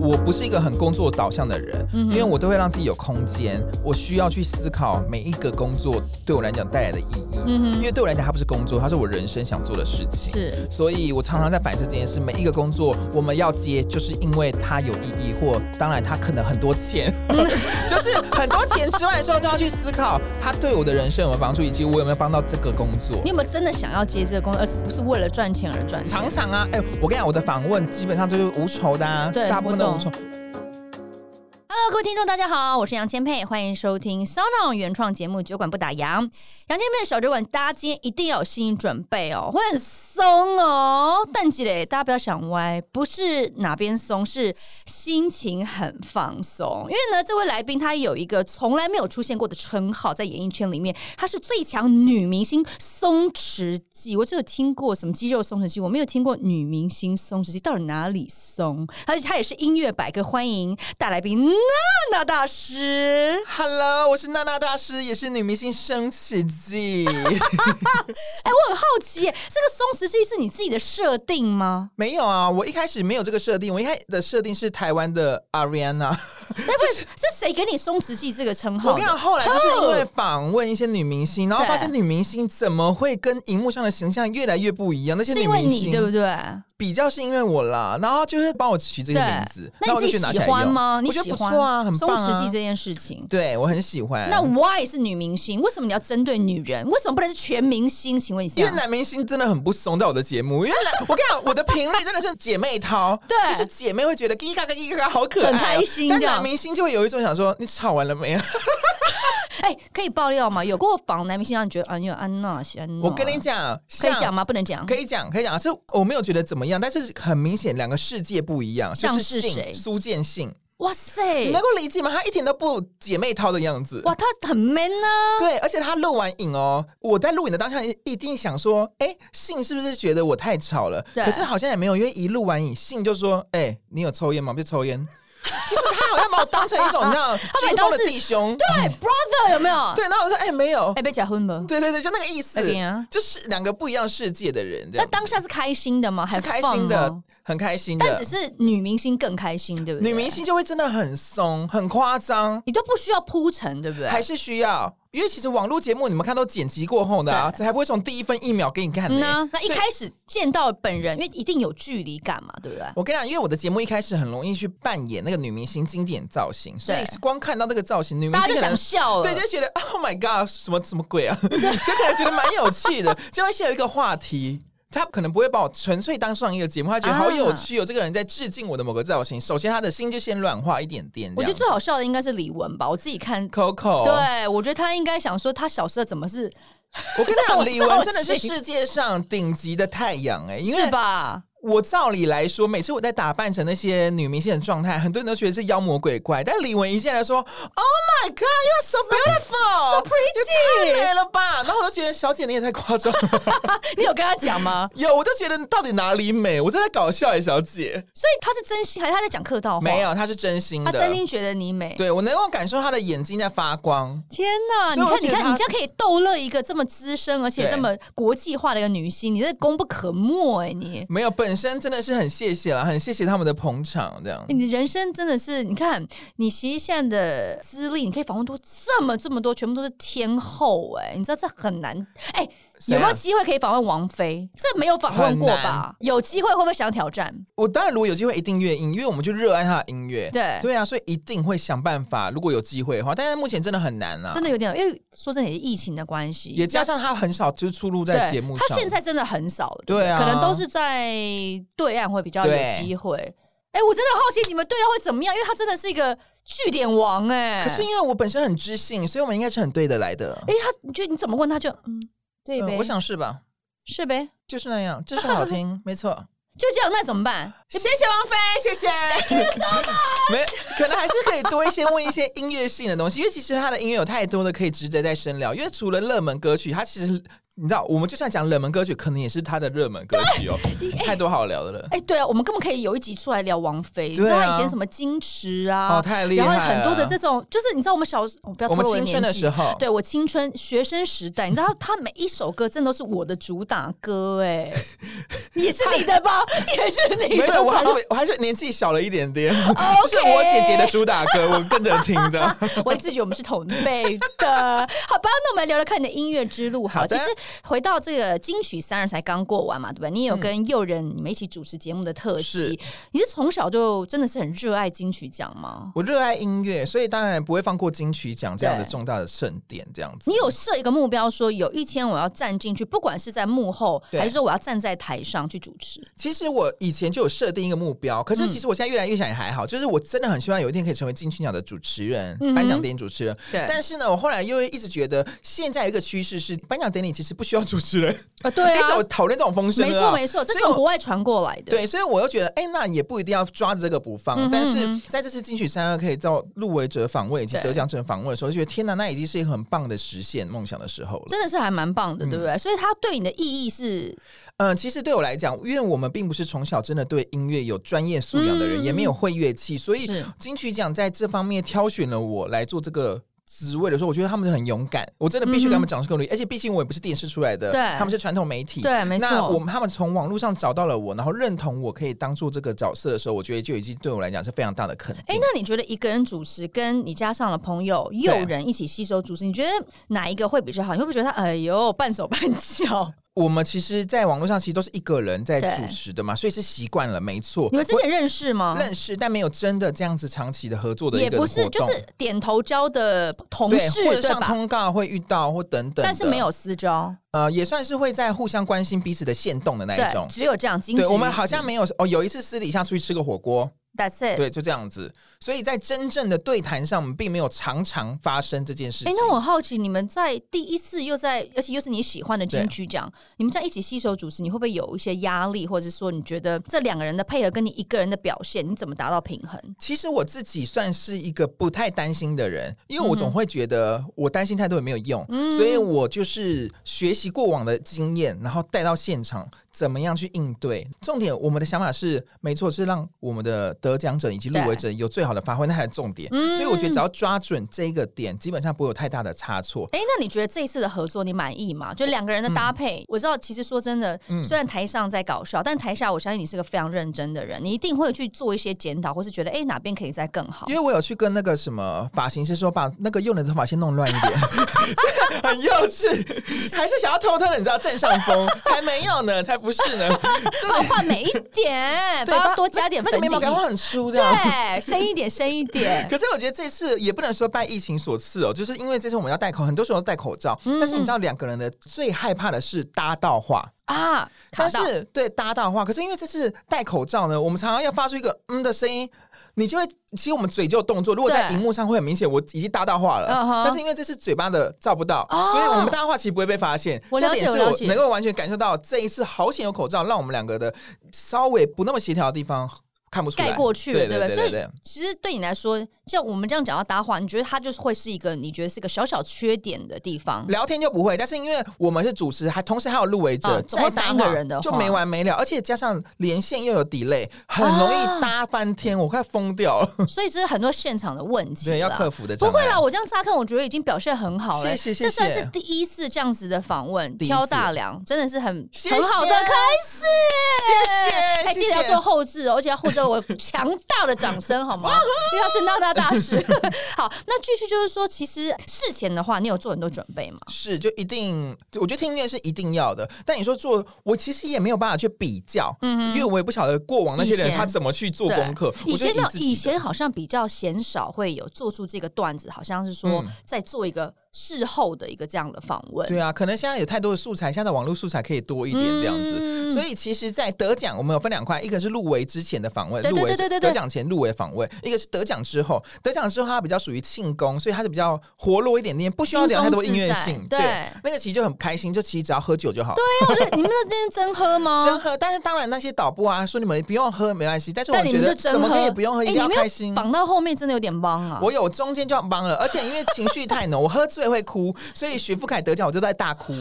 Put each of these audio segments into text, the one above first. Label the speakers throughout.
Speaker 1: 我不是一个很工作导向的人，
Speaker 2: 嗯
Speaker 1: 因为我都会让自己有空间，我需要去思考每一个工作对我来讲带来的意义。因为对我来讲，它不是工作，它是我人生想做的事情。
Speaker 2: 嗯是，
Speaker 1: 所以我常常在反思这件事。每一个工作我们要接，就是因为它有意义，或当然它可能很多 钱， 就是很多钱之外的时候，就要去思考它对我的人生有没有帮助，以及我有没有帮到这个工作
Speaker 2: 你。有没有真的想要接这个工作，而是不是为了赚钱而赚钱？
Speaker 1: 常常啊，哎、我跟你讲，我的访问基本上就是无酬的、啊，
Speaker 2: 对
Speaker 1: 大部分都
Speaker 2: 我
Speaker 1: 无
Speaker 2: 懂
Speaker 1: 酬。
Speaker 2: Hello，各位听众，大家好，我是杨千佩，欢迎收听哦 s o n o 原创节目《酒馆不打烊》。杨千佩的小酒馆，大家今天一定要有心理准备哦，会很松哦。但积累，大家不要想歪，不是哪边松，是心情很放松。因为呢，这位来宾她有一个从来没有出现过的称号，在演艺圈里面，她是最强女明星松弛剂。我只有听过什么肌肉松弛剂，我没有听过女明星松弛剂到底哪里松。而且她也是音乐百科，欢迎大来宾娜娜大师。
Speaker 1: Hello，我是娜娜大师，也是女明星升起记。
Speaker 2: 哎、我很好奇耶，这个松弛剂是你自己的设定吗？
Speaker 1: 没有啊，我一开始没有这个设定，我一开始的设定是台湾的 Ariana。
Speaker 2: 哎，不是，是谁给你松弛剂这个称
Speaker 1: 我
Speaker 2: 号
Speaker 1: 跟
Speaker 2: 的
Speaker 1: 你？讲，后来就是因为访问一些女明星，然后发现女明星怎么会跟荧幕上的形象越来越不一样？那些
Speaker 2: 是
Speaker 1: 女
Speaker 2: 因为
Speaker 1: 明
Speaker 2: 你
Speaker 1: 星
Speaker 2: 对不对？
Speaker 1: 比较是因为我啦，然后就是帮我取这个
Speaker 2: 对
Speaker 1: 名字，，然
Speaker 2: 那
Speaker 1: 后我就
Speaker 2: 你自己
Speaker 1: 觉得拿起
Speaker 2: 喜
Speaker 1: 来用
Speaker 2: 欢吗？你
Speaker 1: 我觉
Speaker 2: 喜
Speaker 1: 得不
Speaker 2: 欢
Speaker 1: 错啊，很
Speaker 2: 松
Speaker 1: 棒
Speaker 2: 弛剂
Speaker 1: 啊
Speaker 2: 这。件事情。
Speaker 1: 对，我很喜欢。
Speaker 2: 那 why 是女明星？为什么你要针对女人？为什么不能是全明星？请问一
Speaker 1: 因为
Speaker 2: 下，
Speaker 1: 男明星真的很不松在我的节目，因为男我跟你讲，我的频率真的是姐妹淘，
Speaker 2: 对
Speaker 1: 就是姐妹会觉得叽嘎嘎叽嘎嘎好可爱哦、
Speaker 2: 很开心
Speaker 1: 但
Speaker 2: 这样
Speaker 1: 男明星就会有一种想说，你吵完了没啊？
Speaker 2: 哎、可以爆料吗？有过访男明星让你觉得啊，你有安娜喜安娜？
Speaker 1: 我跟你，讲，
Speaker 2: 可以
Speaker 1: 像
Speaker 2: 讲？吗？不能讲。
Speaker 1: 可以讲，可以讲，是我没有觉得怎么样，但是很明显两个世界不一样，就
Speaker 2: 像
Speaker 1: 是
Speaker 2: 是谁哎
Speaker 1: 性苏建信，
Speaker 2: 哇塞
Speaker 1: 你，能够理解吗？他一点都不姐妹淘的样子，
Speaker 2: 哇，他很 man 啊！
Speaker 1: 对，而且他录完影哦，我在录影的当下一定想说，哎，信是不是觉得我太吵了？
Speaker 2: 对
Speaker 1: 可是好像也没有，因为一录完影，信就说，哎，你有抽烟吗？我就抽烟，就是他好像把我当成一种你知 道
Speaker 2: 把你
Speaker 1: 军
Speaker 2: 当
Speaker 1: 中
Speaker 2: 是
Speaker 1: 的弟兄，
Speaker 2: 对，brother 有没有？
Speaker 1: 对，然后我说，哎，没有
Speaker 2: 哎、，被假婚吧。
Speaker 1: 对对对，就那个意思
Speaker 2: 哎呀，
Speaker 1: 就是两个不一样世界的人，这
Speaker 2: 那
Speaker 1: 样子
Speaker 2: 当下是开心的吗？还
Speaker 1: 是开心
Speaker 2: fun
Speaker 1: 的
Speaker 2: 吗，
Speaker 1: 很开心的，
Speaker 2: 但只是女明星更开心，对不对？
Speaker 1: 女明星就会真的很松，很夸张，
Speaker 2: 你都不需要铺陈，对不对？
Speaker 1: 还是需要。因为其实网络节目你们看到剪辑过后的啊，
Speaker 2: 对
Speaker 1: 才不会从第一分一秒给你看
Speaker 2: 嗯
Speaker 1: 呢、
Speaker 2: 呐，那一
Speaker 1: 所以
Speaker 2: 开始见到本人，因为一定有距离感嘛，对不对？
Speaker 1: 我跟你讲，因为我的节目一开始很容易去扮演那个女明星经典造型，所以
Speaker 2: 对
Speaker 1: 光看到那个造型，女明
Speaker 2: 大家
Speaker 1: 星
Speaker 2: 就
Speaker 1: 可能
Speaker 2: 想笑了。
Speaker 1: 对，就觉得 Oh my God，什么什么鬼啊？ 就可能觉得蛮有趣的。就会先有一个话题，他可能不会把我纯粹当上一个节目，他觉得
Speaker 2: 啊
Speaker 1: 好有趣哦，这个人在致敬我的某个造型。首先，他的心就先软化一点点。
Speaker 2: 我觉得
Speaker 1: 这
Speaker 2: 最
Speaker 1: 样
Speaker 2: 好笑的应该是李玟吧，我自己看。
Speaker 1: Coco，，
Speaker 2: 对，我觉得他应该想说，他小时候怎么是
Speaker 1: 我跟你
Speaker 2: 这种
Speaker 1: 讲，李玟真的
Speaker 2: 造
Speaker 1: 是
Speaker 2: 型
Speaker 1: 世界上顶级的太阳哎、因
Speaker 2: 是
Speaker 1: 为
Speaker 2: 吧？
Speaker 1: 我照理来说，每次我在打扮成那些女明星的状态，很多人都觉得是妖魔鬼怪，但李玟一进来说：“Oh my God, you're so beautiful,
Speaker 2: so pretty
Speaker 1: 也太美了吧！”然后我都觉得小姐你也太夸张了，
Speaker 2: 你有跟他讲 吗？
Speaker 1: 有我就觉得你到底哪里美？我正在搞笑哎，小姐，
Speaker 2: 所以他是真心还是他在讲客套话？
Speaker 1: 没，有，她是真心
Speaker 2: 他
Speaker 1: 的，
Speaker 2: 真心觉得你美。
Speaker 1: 对我能够感受她的眼睛在发光。
Speaker 2: 天哪！你
Speaker 1: 所以我
Speaker 2: 看，
Speaker 1: 觉
Speaker 2: 你
Speaker 1: 得
Speaker 2: 看，
Speaker 1: 他
Speaker 2: 你这样可以逗乐一个这么资深而且
Speaker 1: 对
Speaker 2: 这么国际化的一个女星，你这功不可没哎、你。
Speaker 1: 没有，本身真的是很谢谢啦，很谢谢他们的捧场，这样
Speaker 2: 欸。你的人生真的是，你看，你其实现在的资历，你可以访问多这么这么多，全部都是天后、哎，你知道这很难，哎、
Speaker 1: 谁啊
Speaker 2: 有没有机会可以访问王菲？这没有访问过
Speaker 1: 很
Speaker 2: 吧
Speaker 1: 难？
Speaker 2: 有机会会不会想要挑战？
Speaker 1: 我当然如果有机会一定乐音，因为我们就热爱他的音乐。
Speaker 2: 对
Speaker 1: 对啊，所以一定会想办法，如果有机会的话。但是目前真的很难啊，
Speaker 2: 真的有点，因为说真的，也是疫情的关系，
Speaker 1: 也加上他很少就是出入在
Speaker 2: 对
Speaker 1: 节目上。
Speaker 2: 他现在真的很少了，
Speaker 1: 对啊
Speaker 2: 可能都是在对岸会比较有
Speaker 1: 对
Speaker 2: 机会。哎、我真的好奇你们对岸会怎么样，因为他真的是一个据点王、哎，
Speaker 1: 可是因为我本身很知性，所以我们应该是很对得来的。
Speaker 2: 哎、他你觉得你怎么问他就嗯，对呗、
Speaker 1: 嗯我想是吧？
Speaker 2: 是呗，
Speaker 1: 就是那样，就是好 听，没错。
Speaker 2: 就这样，那怎么办？
Speaker 1: 谢谢王菲，哎谢谢。没，可能还是可以多一些问一些音乐性的东西，因为其实他的音乐有太多的可以值得再深聊。因为除了热门歌曲，他其实你知道，我们就算讲冷门歌曲，可能也是他的热门歌曲哦，太多好聊的了。
Speaker 2: 哎、对啊，我们根本可以有一集出来聊王菲，你知
Speaker 1: 对
Speaker 2: 道
Speaker 1: 啊
Speaker 2: 她以前什么矜持啊，
Speaker 1: 哦太厉害
Speaker 2: 然后很多的
Speaker 1: 了
Speaker 2: 这种，就是你知道我们小时，哦、不要
Speaker 1: 我
Speaker 2: 透
Speaker 1: 们
Speaker 2: 露
Speaker 1: 青春的
Speaker 2: 年纪
Speaker 1: 时候，
Speaker 2: 对我青春学生时代，你知道他每一首歌真的都是我的主打歌 哎、也是你的吧？也是你
Speaker 1: 没
Speaker 2: 的吧？
Speaker 1: 有，我还是我还是年纪小了一点 点，是我姐姐的主打歌，我跟着听的。
Speaker 2: 我一直觉得我们是同辈的，好吧？那我们来聊聊看你的音乐之路好。
Speaker 1: 好
Speaker 2: 其
Speaker 1: 的
Speaker 2: 实回到这个金曲三人才刚过完嘛，对吧？你也有跟诱人你们一起主持节目的特辑，
Speaker 1: 嗯是
Speaker 2: 你是从小就真的是很热爱金曲奖吗？
Speaker 1: 我热爱音乐，所以当然不会放过金曲奖这样的
Speaker 2: 对
Speaker 1: 重大的盛典，这样子。
Speaker 2: 你有设一个目标，说有一天我要站进去，不管是在幕后，
Speaker 1: 对
Speaker 2: 还是说我要站在台上去主持。
Speaker 1: 其实我以前就有设定一个目标，可是其实我现在越来越想也还好，就是我真的很希望有一天可以成为金曲奖的主持人、
Speaker 2: 嗯哼
Speaker 1: 颁奖典礼主持人。
Speaker 2: 对
Speaker 1: 但是呢，我后来又一直觉得，现在有一个趋势是颁奖典礼其实不需要主持人，
Speaker 2: 啊，对
Speaker 1: 一直
Speaker 2: 啊
Speaker 1: 有，讨论这种风声
Speaker 2: 没
Speaker 1: 的啊。
Speaker 2: 错没错，这是
Speaker 1: 所以
Speaker 2: 从
Speaker 1: 我
Speaker 2: 国外传过来的。
Speaker 1: 对，所以我又觉得，哎、那也不一定要抓着这个不放。
Speaker 2: 嗯哼
Speaker 1: 但
Speaker 2: 嗯
Speaker 1: 是在这次金曲三二可以到入围者访问以及
Speaker 2: 对
Speaker 1: 得奖者访问的时候，就觉得天哪，那已经是一个很棒的实现梦想的时候了。
Speaker 2: 真的是还蛮棒的，
Speaker 1: 嗯
Speaker 2: 对不对？所以它对你的意义是，
Speaker 1: 嗯、其实对我来讲，因为我们并不是从小真的对音乐有专业素养的人，
Speaker 2: 嗯
Speaker 1: 也没有会乐器，所以
Speaker 2: 是
Speaker 1: 金曲奖在这方面挑选了我来做这个。职位的时候，我觉得他们很勇敢，我真的必须给他们掌声鼓励。而且，毕竟我也不是电视出来的，
Speaker 2: 嗯对
Speaker 1: 他们是传统媒体，
Speaker 2: 对没错
Speaker 1: 那我们他们从网络上找到了我，然后认同我可以当做这个角色的时候，我觉得就已经对我来讲是非常大的肯定。
Speaker 2: 哎，那你觉得一个人主持跟你加上了朋友、友人一起吸收主持，你觉得哪一个会比较好？你会不会觉得他哎呦半手半脚？
Speaker 1: 我们其实，在网络上其实都是一个人在
Speaker 2: 对
Speaker 1: 主持的嘛，所以是习惯了，没错。
Speaker 2: 你们之前认识吗？
Speaker 1: 认识，但没有真的这样子长期的合作的一
Speaker 2: 也
Speaker 1: 个
Speaker 2: 不是，
Speaker 1: 活
Speaker 2: 就
Speaker 1: 动
Speaker 2: 是点头交的同
Speaker 1: 对，
Speaker 2: 事
Speaker 1: 或者上
Speaker 2: 吧？
Speaker 1: 通告会遇到或等等，
Speaker 2: 但是没，有私交，
Speaker 1: 呃，也算是会在互相关心彼此的线动的那一
Speaker 2: 对，
Speaker 1: 种。
Speaker 2: 只有这样。仅止
Speaker 1: 对，我们
Speaker 2: 于此
Speaker 1: 好像没有哦，有一次私底下出去吃个火锅，
Speaker 2: That's it。
Speaker 1: 对，就这样子。所以在真正的对谈上，我们并没有常常发生这件事
Speaker 2: 哎、
Speaker 1: 情。
Speaker 2: 那我好奇，你们在第一次又在，而且又是你喜欢的金曲奖，你们在一起携手主持，你会不会有一些压力，或者是说你觉得这两个人的配合跟你一个人的表现，你怎么达到平衡？
Speaker 1: 其实我自己算是一个不太担心的人，因为我总会觉得我担心太多也没有用，所以我就是学习过往的经验，然后带到现场，怎么样去应对。重点，我们的想法是，没错，是让我们的得奖者以及入围者有最好的发挥，那才是重点。所以我觉得只要抓准这一个点，基本上不会有太大的差错。
Speaker 2: 哎、那你觉得这一次的合作你满意吗？就两个人的搭配，我知道，其实说真的，虽然台上在搞笑，但台下我相信你是个非常认真的人，你一定会去做一些检讨，或是觉得哎、哪边可以再更好
Speaker 1: 因。为我有去跟那个什么发型师说，把那个用人的头发先弄乱一 点，很幼稚，还是想要偷偷的，你知道占上风，才没有呢，才不是 呢。
Speaker 2: 帮我画美一点，
Speaker 1: 对，
Speaker 2: 帮
Speaker 1: 把
Speaker 2: 我多加点
Speaker 1: 那
Speaker 2: 粉
Speaker 1: 个
Speaker 2: 底
Speaker 1: 眉毛感会很粗这样。
Speaker 2: 对，深一点，深一点。
Speaker 1: 可是我觉得这次也不能说拜疫情所赐哦，就是因为这次我们要戴口，很多时候戴口罩，
Speaker 2: 嗯
Speaker 1: 但是你知道两个人的最害怕的是搭到话，
Speaker 2: 啊，卡
Speaker 1: 但
Speaker 2: 到
Speaker 1: 是对搭到话，可是因为这次戴口罩呢，我们常常要发出一个嗯的声音，你就会其实我们嘴就有动作，如果在
Speaker 2: 对
Speaker 1: 荧幕上会很明显，我已经搭到话了
Speaker 2: 嗯哼
Speaker 1: 但是因为这次嘴巴的照不到
Speaker 2: 哦
Speaker 1: 所以我们搭到话其实不会被发现。
Speaker 2: 我了解
Speaker 1: 这点
Speaker 2: 我了
Speaker 1: 是
Speaker 2: 解
Speaker 1: 我能够完全感受到这一次好险有口罩，让我们两个的稍微不那么协调的地方看不出来，
Speaker 2: 盖过去了，
Speaker 1: 对
Speaker 2: 对不
Speaker 1: 对
Speaker 2: 对？所
Speaker 1: 对
Speaker 2: 以其实对你来说，像我们这样讲到搭话，你觉得它就是会是一个你觉得是个小小缺点的地方？
Speaker 1: 聊天就不会，但是因为我们是主持，还同时还有入围
Speaker 2: 啊
Speaker 1: 者，
Speaker 2: 总共
Speaker 1: 再搭
Speaker 2: 三个
Speaker 1: 话
Speaker 2: 人的话
Speaker 1: 就没完没了，而且加上连线又有 delay，很容易搭翻天，我快疯掉了。
Speaker 2: 所以这是很多现场的问题啦
Speaker 1: 对，要克服的障
Speaker 2: 啊不
Speaker 1: 碍。
Speaker 2: 会啦，我这样乍看，我觉得已经表现很好了、
Speaker 1: 谢谢谢谢
Speaker 2: 这算是第一次这样子的访问，
Speaker 1: 第一次
Speaker 2: 挑大梁，真的是很
Speaker 1: 谢谢
Speaker 2: 很好的开始。
Speaker 1: 谢谢
Speaker 2: 还记得要
Speaker 1: 谢谢
Speaker 2: 做后置哦，而且要后置我强大的掌声好
Speaker 1: 哦
Speaker 2: 吗？因为他是闹大大师。 好，那继续就是说，其实事前的话，你有做很多准备吗？
Speaker 1: 是，就一定，我觉得听音乐是一定要的。但你说做，我其实也没有办法去比较，嗯，因为我也不晓得过往那些
Speaker 2: 以
Speaker 1: 人
Speaker 2: 前
Speaker 1: 他怎么去做
Speaker 2: 对
Speaker 1: 功课。
Speaker 2: 以
Speaker 1: 我就
Speaker 2: 前
Speaker 1: 以
Speaker 2: 呢，
Speaker 1: 自己
Speaker 2: 以
Speaker 1: 的
Speaker 2: 前好像比较鲜少会有做出这个段子，好像是说
Speaker 1: 嗯
Speaker 2: 在做一个事后的一个这样的访问。
Speaker 1: 对啊，可能现在有太多的素材，现在的网络素材可以多一点这样子。
Speaker 2: 嗯
Speaker 1: 所以其实，在得奖我们有分两块，一个是入围之前的访问，
Speaker 2: 对
Speaker 1: 入
Speaker 2: 对
Speaker 1: 围
Speaker 2: 对对对对
Speaker 1: 得奖前入围访问，一个是得奖之后，得奖之后它比较属于庆功，所以它是比较活络一点点，不需要聊太多音乐
Speaker 2: 轻松
Speaker 1: 性
Speaker 2: 自。在对
Speaker 1: 那个其实就很开心，就其实只要喝酒就好。对，
Speaker 2: 哎，我觉得你们那真是真喝吗？
Speaker 1: 真喝。但是当然那些导播啊说你们不用喝没关系，但是我
Speaker 2: 但你
Speaker 1: 觉
Speaker 2: 们
Speaker 1: 得
Speaker 2: 就真
Speaker 1: 怎么
Speaker 2: 喝，
Speaker 1: 可以不用喝，
Speaker 2: 哎
Speaker 1: 一定要
Speaker 2: 你们
Speaker 1: 开心。啊
Speaker 2: 绑到后面真的有点帮啊！
Speaker 1: 我有中间就要帮了，而且因为情绪太浓，我喝醉会哭，所以徐富凯得奖我就在大 哭，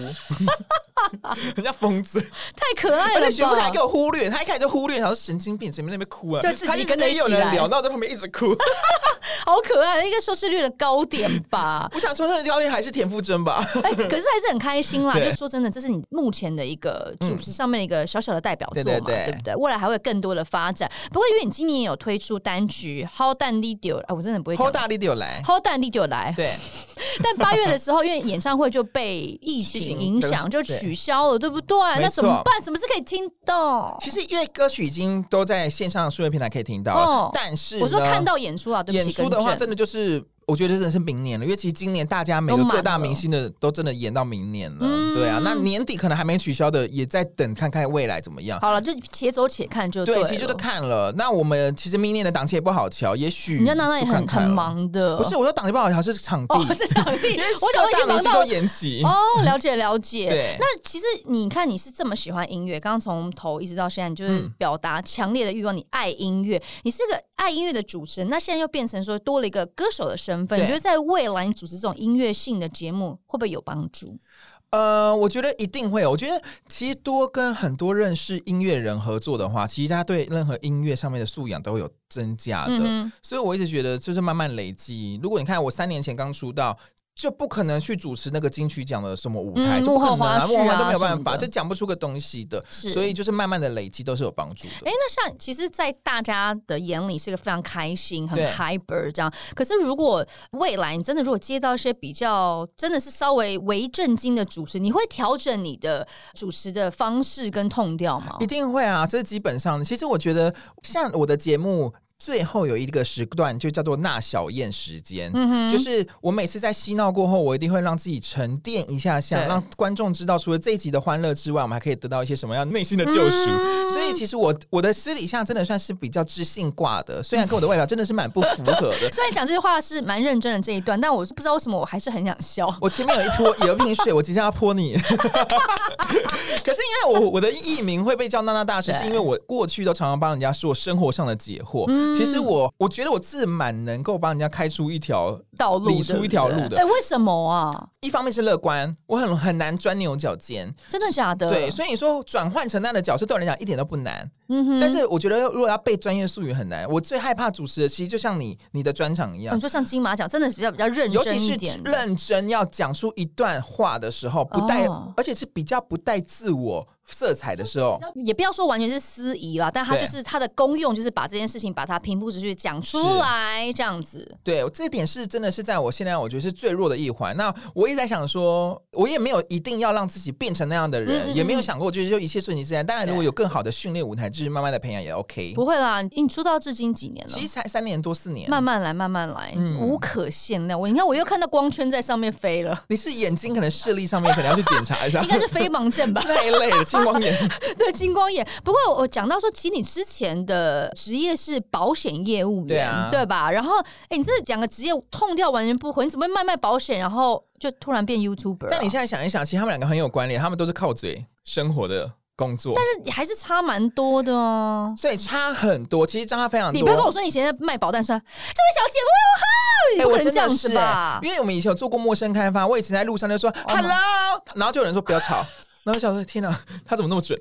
Speaker 1: 人家疯子。
Speaker 2: 太可爱了
Speaker 1: 而
Speaker 2: 吧，
Speaker 1: 且徐富凯还给我忽略，他一开始就忽略，然后神经病，前面那边哭啊，
Speaker 2: 就自己
Speaker 1: 他一直
Speaker 2: 跟着一起
Speaker 1: 有人
Speaker 2: 来
Speaker 1: 聊，那我在旁边一直哭。？
Speaker 2: 好可爱，应该收视率的高点吧
Speaker 1: 我想说，那个教练还是田馥甄吧？
Speaker 2: 哎、可是还是很开心啦。
Speaker 1: 对嗯
Speaker 2: 就说真的，这是你目前的一个主持上面的一个小小的代表作嘛，
Speaker 1: 对对对
Speaker 2: 不对？未来还会有更多的发展。不过因为你今年也有推出单曲《How d a n Video》，哎，我真的 不会讲
Speaker 1: 侯。大力的有来，
Speaker 2: How d a n Video 来，
Speaker 1: 对，
Speaker 2: 但八月的时候，因为演唱会就被疫情影响，
Speaker 1: 疫情
Speaker 2: 就
Speaker 1: 对
Speaker 2: 取消了，对不对？
Speaker 1: 错
Speaker 2: 那怎么办？什么是可以听到？
Speaker 1: 其实因为歌曲已经都在线上数位平台可以听到了，
Speaker 2: 哦
Speaker 1: 但是呢
Speaker 2: 我说看到演出啊，对不起，
Speaker 1: 演出的话，
Speaker 2: 更
Speaker 1: 真
Speaker 2: 正
Speaker 1: 的就是。我觉得真的是明年了，因为其实今年大家每
Speaker 2: 都
Speaker 1: 个
Speaker 2: 满
Speaker 1: 各大
Speaker 2: 了
Speaker 1: 明星的都真的演到明年了，
Speaker 2: 嗯
Speaker 1: 对啊，那年底可能还没取消的，也在等看看未来怎么样。
Speaker 2: 好了，就且走且看就
Speaker 1: 对，
Speaker 2: 了
Speaker 1: 其实就是看了。那我们其实明年的档期也不好瞧，也许
Speaker 2: 你知道娜娜也
Speaker 1: 就看
Speaker 2: 很
Speaker 1: 看
Speaker 2: 很
Speaker 1: 了，
Speaker 2: 忙的，
Speaker 1: 不是我说档期不好瞧是场地，
Speaker 2: 哦，是场地，
Speaker 1: 因为
Speaker 2: 我想我已
Speaker 1: 各大
Speaker 2: 经
Speaker 1: 明
Speaker 2: 忙
Speaker 1: 星
Speaker 2: 到
Speaker 1: 都延期。
Speaker 2: 哦，了解了解。
Speaker 1: 对，
Speaker 2: 那其实你看，你是这么喜欢音乐，刚刚从头一直到现在，你就是
Speaker 1: 嗯
Speaker 2: 表达强烈的欲望，你爱音乐，你是个爱音乐的主持人，那现在又变成说多了一个歌手的身份，
Speaker 1: 对
Speaker 2: 你觉得在未来你主持这种音乐性的节目会不会有帮助？
Speaker 1: 呃，我觉得一定会有。我觉得其实多跟很多认识音乐人合作的话，其实他对任何音乐上面的素养都会有增加的。
Speaker 2: 嗯哼，
Speaker 1: 所以我一直觉得就是慢慢累积。如果你看我三年前刚出道。就不可能去主持那个金曲奖的什么舞台，
Speaker 2: 嗯
Speaker 1: 就不可能啊
Speaker 2: 幕后花絮啊
Speaker 1: 幕后都没有办
Speaker 2: 什么
Speaker 1: 法，
Speaker 2: 的
Speaker 1: 就讲不出个东西的。
Speaker 2: 是
Speaker 1: 所以就是慢慢的累积都是有帮助的。
Speaker 2: 哎、那像其实，在大家的眼里是个非常开心、很
Speaker 1: 对
Speaker 2: hyper 这样。可是，如果未来你真的如果接到一些比较真的是稍微为正经的主持，你会调整你的主持的方式跟痛调吗
Speaker 1: 一？定会啊，这是基本上的。其实我觉得，像我的节目。最后有一个时段就叫做“纳小宴时间”，就是我每次在嬉闹过后，我一定会让自己沉淀一下下，
Speaker 2: 对。
Speaker 1: 让观众知道除了这一集的欢乐之外，我们还可以得到一些什么样内心的救赎。所以其实我我的私底下真的算是比较知性挂的，虽然跟我的外表真的是蛮不符合的
Speaker 2: 虽然讲这句话是蛮认真的这一段，但我是不知道为什么我还是很想笑。
Speaker 1: 我前面有一泼有一瓶水，我即将要泼你。 可是因为我我的艺名会被叫娜娜大师，
Speaker 2: 对
Speaker 1: 是因为我过去都常常帮人家说生活上的解惑。
Speaker 2: 嗯
Speaker 1: 其实我我觉得我自满能够帮人家开出一条，
Speaker 2: 道路
Speaker 1: 理出一条路的
Speaker 2: 哎、为什么啊？
Speaker 1: 一方面是乐观，我很很难钻牛角尖。
Speaker 2: 真的假的？
Speaker 1: 对，所以你说转换成那样的角色对我来讲一点都不难，
Speaker 2: 嗯哼，
Speaker 1: 但是我觉得如果要背专业术语很难。我最害怕主持的，其实就像你你的专场一样
Speaker 2: 哦你，说像金马奖，真的是要比较认
Speaker 1: 尤其
Speaker 2: 真一
Speaker 1: 是
Speaker 2: 点的。
Speaker 1: 认真要讲出一段话的时候，不带，
Speaker 2: 哦
Speaker 1: 而且是比较不带自我色彩的时候，
Speaker 2: 也不要说完全是司仪啦，但它
Speaker 1: 对
Speaker 2: 就是它的功用，就是把这件事情把它平铺直叙地讲出来，这样子。
Speaker 1: 对，这点是真的是在我现在我觉得是最弱的一环。那我一直在想说，我也没有一定要让自己变成那样的人，
Speaker 2: 嗯嗯嗯
Speaker 1: 也没有想过就是就一切顺其自然。当然，
Speaker 2: 对
Speaker 1: 如果有更好的训练舞台，就是慢慢的培养也 OK。
Speaker 2: 不会啦，你出道至今几年了
Speaker 1: 其？实才三年多四年，
Speaker 2: 慢慢来，慢慢来，
Speaker 1: 嗯
Speaker 2: 无可限量。我你看，我又看到光圈在上面 飞了，
Speaker 1: 你是眼睛可能视力上面可能要去检查 一下
Speaker 2: 应，该是飞盲症吧？
Speaker 1: 那一类的青光 眼。
Speaker 2: 对，金光眼。不过我讲到说，其实你之前的职业是保险业务员，
Speaker 1: 对啊
Speaker 2: 吧？然后，哎、你这两个职业痛掉完全不合，你怎么会卖卖保险，然后就突然变 YouTuber？、啊、
Speaker 1: 但你现在想一想，其实他们两个很有关联，他们都是靠嘴生活的工作。但
Speaker 2: 但是还是差蛮多的哦、
Speaker 1: 所以差很多，其实差非常多。
Speaker 2: 你不要跟我说你以前在卖保单是吧，这位小姐，哦
Speaker 1: 哎、
Speaker 2: 我有哈，你不
Speaker 1: 我
Speaker 2: 可能
Speaker 1: 真
Speaker 2: 这样
Speaker 1: 的
Speaker 2: 子
Speaker 1: 是、
Speaker 2: 吧
Speaker 1: 哎，？因为我们以前有做过陌生开发，我以前在路上就说 “hello”，然后就有人说不要吵，然后我想说天哪，他怎么那么准？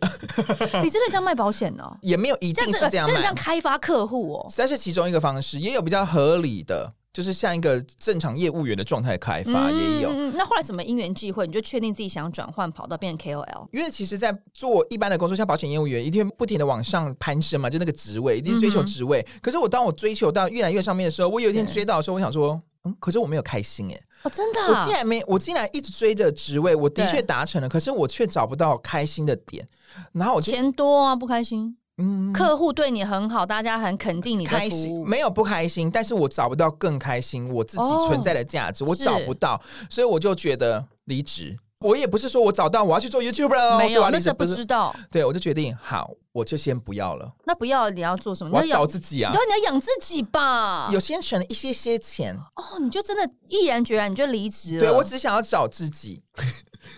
Speaker 2: 你真的这样卖保险呢、
Speaker 1: 也没有哎 一
Speaker 2: 这样
Speaker 1: 定
Speaker 2: 子
Speaker 1: 是这样
Speaker 2: 真的这样
Speaker 1: 卖，
Speaker 2: 开发客户哦、
Speaker 1: 但是其中一个方式，也有比较合理的，就是像一个正常业务员的状态开发、也有。
Speaker 2: 嗯嗯嗯那后来什么因缘际会，你就确定自己想转换跑道变成 KOL？
Speaker 1: 因为其实，在做一般的工作，像保险业务员，一定会不停的往上攀升嘛，就那个职位，一定追求职位。可是我当我追求到越来越上面的时候，我有一天
Speaker 2: 对
Speaker 1: 追到的时候，我想说，嗯，可是我没有开心哎、
Speaker 2: 哦，真的、
Speaker 1: 我
Speaker 2: 啊
Speaker 1: 竟？然没，我竟然一直追着职位，我的
Speaker 2: 对
Speaker 1: 确达成了，可是我却找不到开心的点。然后我就
Speaker 2: 钱多啊，不开心。
Speaker 1: 嗯，
Speaker 2: 客户对你很好，大家很肯定你的
Speaker 1: 开
Speaker 2: 服
Speaker 1: 心
Speaker 2: 务。
Speaker 1: 没有不开心，但是我找不到更开心我自己
Speaker 2: 哦
Speaker 1: 存在的价值，我
Speaker 2: 是
Speaker 1: 找不到，所以我就觉得离职。我也不是说我找到我要去做 YouTuber 哦，
Speaker 2: 没
Speaker 1: 所以我
Speaker 2: 有，啊
Speaker 1: 要离
Speaker 2: 那
Speaker 1: 职
Speaker 2: 时候不
Speaker 1: 是
Speaker 2: 知道。
Speaker 1: 对，我就决定好，我就先不要了，
Speaker 2: 那不要你要做什么？
Speaker 1: 我
Speaker 2: 你
Speaker 1: 要
Speaker 2: 要
Speaker 1: 找自
Speaker 2: 养，
Speaker 1: 己啊
Speaker 2: 对。，你要养自己吧。
Speaker 1: 有先存了一些些钱，
Speaker 2: 哦，你就真的毅然决然你就离职了。
Speaker 1: 对我啊只想要找自己，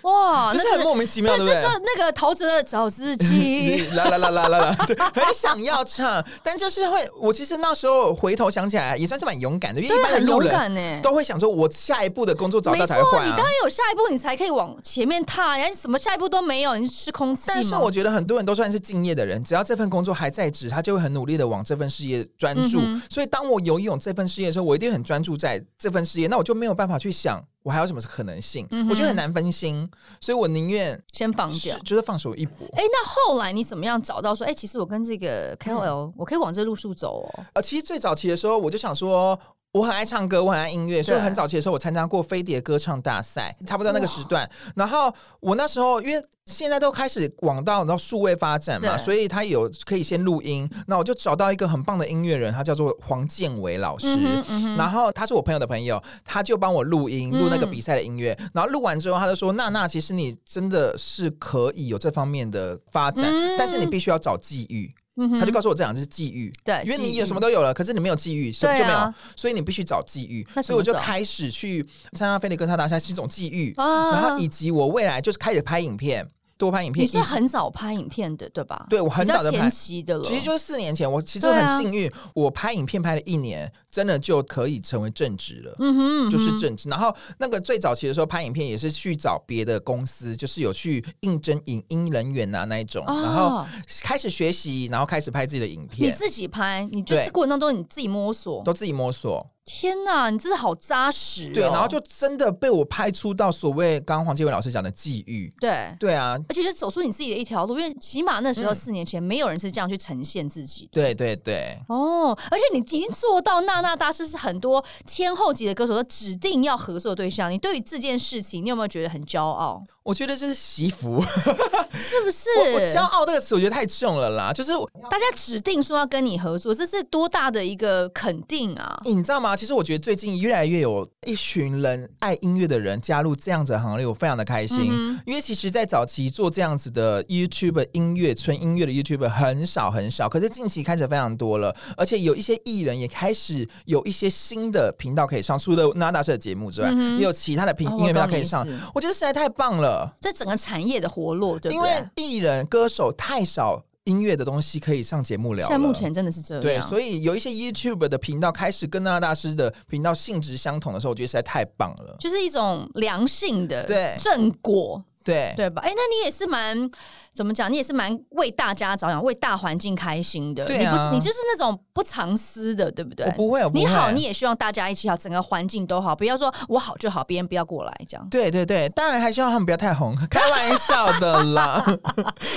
Speaker 2: 哇，
Speaker 1: 就
Speaker 2: 哦那
Speaker 1: 是很莫名其妙，
Speaker 2: 对，
Speaker 1: 对不
Speaker 2: 这
Speaker 1: 对
Speaker 2: 时？候那个陶喆的找自 己，
Speaker 1: 啦啦啦啦啦啦，对，很想要唱，但就是会，我其实那时候回头想起来也算是蛮勇敢的，因为一
Speaker 2: 对，啊
Speaker 1: 般的
Speaker 2: 很
Speaker 1: 路
Speaker 2: 勇
Speaker 1: 人
Speaker 2: 敢呢。
Speaker 1: 都会想说，我下一步的工作找
Speaker 2: 没
Speaker 1: 到
Speaker 2: 错
Speaker 1: 才会，换
Speaker 2: 你
Speaker 1: 啊
Speaker 2: 当。然有下一步，你才可以往前面踏。人家什么下一步都没有，你是空气吗
Speaker 1: 但是我觉得很多人都算是敬业的人，只要这份工作还在职，他就会很努力的往这份事业专注。
Speaker 2: 嗯
Speaker 1: 所以当我有泳这份事业的时候，我一定很专注在这份事业，那我就没有办法去想我还有什么可能性，
Speaker 2: 嗯哼
Speaker 1: 我觉得很难分心，所以我宁愿
Speaker 2: 先放
Speaker 1: 是
Speaker 2: 掉。
Speaker 1: 就是放手一搏。
Speaker 2: 哎、那后来你怎么样找到说，哎、其实我跟这个
Speaker 1: 嗯
Speaker 2: KOL，、我可以往这路数走哦。
Speaker 1: 呃，其实最早期的时候，我就想说。我很爱唱歌，我很爱音乐，所以
Speaker 2: 对
Speaker 1: 很早期的时候，我参加过飞碟歌唱大赛，差不多那个时段。然后我那时候，因为现在都开始往到然后数位发展嘛，
Speaker 2: 对
Speaker 1: 所以他有可以先录音。那我就找到一个很棒的音乐人，他叫做黄建伟老师。
Speaker 2: 嗯哼嗯哼
Speaker 1: 然后他是我朋友的朋友，他就帮我录音，录那个比赛的音乐。然后录完之后，他就说：“娜娜，其实你真的是可以有这方面的发展，
Speaker 2: 嗯
Speaker 1: 但是你必须要找际遇。
Speaker 2: 嗯哼
Speaker 1: 他就告诉我这两只是际遇，
Speaker 2: 对
Speaker 1: 因为
Speaker 2: 际
Speaker 1: 你
Speaker 2: 遇
Speaker 1: 有什么都有了，可是你没有际遇，什么
Speaker 2: 呃对
Speaker 1: 就没有，
Speaker 2: 啊
Speaker 1: 所以你必须找际遇
Speaker 2: 那。怎么
Speaker 1: 所以我就
Speaker 2: 找
Speaker 1: 开始去参加飞碟歌唱大赛是一种际遇，
Speaker 2: 啊
Speaker 1: 然后以及我未来就是开始拍影片，多拍影片，
Speaker 2: 你
Speaker 1: 以及
Speaker 2: 是很早拍影片的，对吧？
Speaker 1: 对我很早
Speaker 2: 比较
Speaker 1: 的
Speaker 2: 前
Speaker 1: 拍。
Speaker 2: 期的了。
Speaker 1: 其实就是四年前，我其实
Speaker 2: 对啊
Speaker 1: 很幸运，我拍影片拍了一年，真的就可以成为正职了。
Speaker 2: 嗯哼，嗯哼
Speaker 1: 就是正职。然后那个最早期的时候拍影片也是去找别的公司，就是有去应征影音人员啊那一种，
Speaker 2: 哦
Speaker 1: 然后开始学习，然后开始拍自己的影
Speaker 2: 你
Speaker 1: 片，
Speaker 2: 自己拍，你就
Speaker 1: 对
Speaker 2: 这过程当中你自己摸索。
Speaker 1: 都自己摸索。
Speaker 2: 天哪，你真的好扎实、哦。
Speaker 1: 对，然后就真的被我拍出到所谓刚刚黄建伟老师讲的际遇。
Speaker 2: 对。
Speaker 1: 对啊，
Speaker 2: 而且是走出你自己的一条路，因为起码那时候
Speaker 1: 嗯
Speaker 2: 四年前没有人是这样去呈现自己的。
Speaker 1: 对对对。
Speaker 2: 哦，而且你已经做到娜娜大师是很多天后级的歌手都指定要合作的对象。你对于这件事情，你有没有觉得很骄傲？
Speaker 1: 我觉得这是惜福，
Speaker 2: 是不是？
Speaker 1: 我我骄傲这个词我觉得太重了啦，就是
Speaker 2: 大家指定说要跟你合作，这是多大的一个肯定啊！
Speaker 1: 哎你知道吗？其实我觉得最近越来越有一群人爱音乐的人加入这样子的行列，我非常的开心。
Speaker 2: 嗯
Speaker 1: 因为其实，在早期做这样子的 YouTube 音乐、纯音乐的 YouTube 很少很少，可是近期开始非常多了，而且有一些艺人也开始有一些新的频道可以上，除了 Nada 社的节目之外，也有其他的频
Speaker 2: 哦
Speaker 1: 音乐频道
Speaker 2: 我懂
Speaker 1: 可以
Speaker 2: 你意
Speaker 1: 上
Speaker 2: 思，
Speaker 1: 我觉得实在太棒了。
Speaker 2: 这整个产业的活络，对
Speaker 1: 因
Speaker 2: 不
Speaker 1: 为
Speaker 2: 对？啊
Speaker 1: 艺人、歌手太少音乐的东西可以上节目聊了，
Speaker 2: 现在目前真的是这样。
Speaker 1: 对，所以有一些 YouTube 的频道开始跟娜娜大师的频道性质相同的时候，我觉得实在太棒了。
Speaker 2: 就是一种良性的
Speaker 1: 对
Speaker 2: 正果，
Speaker 1: 对，
Speaker 2: 对吧？哎、那你也是蛮怎么讲？你也是蛮为大家着想，为大环境开心的。
Speaker 1: 对
Speaker 2: 你
Speaker 1: 啊
Speaker 2: 不是你就是那种不藏私的，对不对？
Speaker 1: 我不会，我不会。
Speaker 2: 你好，你也希望大家一起好，整个环境都好，不要说我好就好，别人不要过来这样。
Speaker 1: 对对对，当然还希望他们不要太红，开玩笑的啦。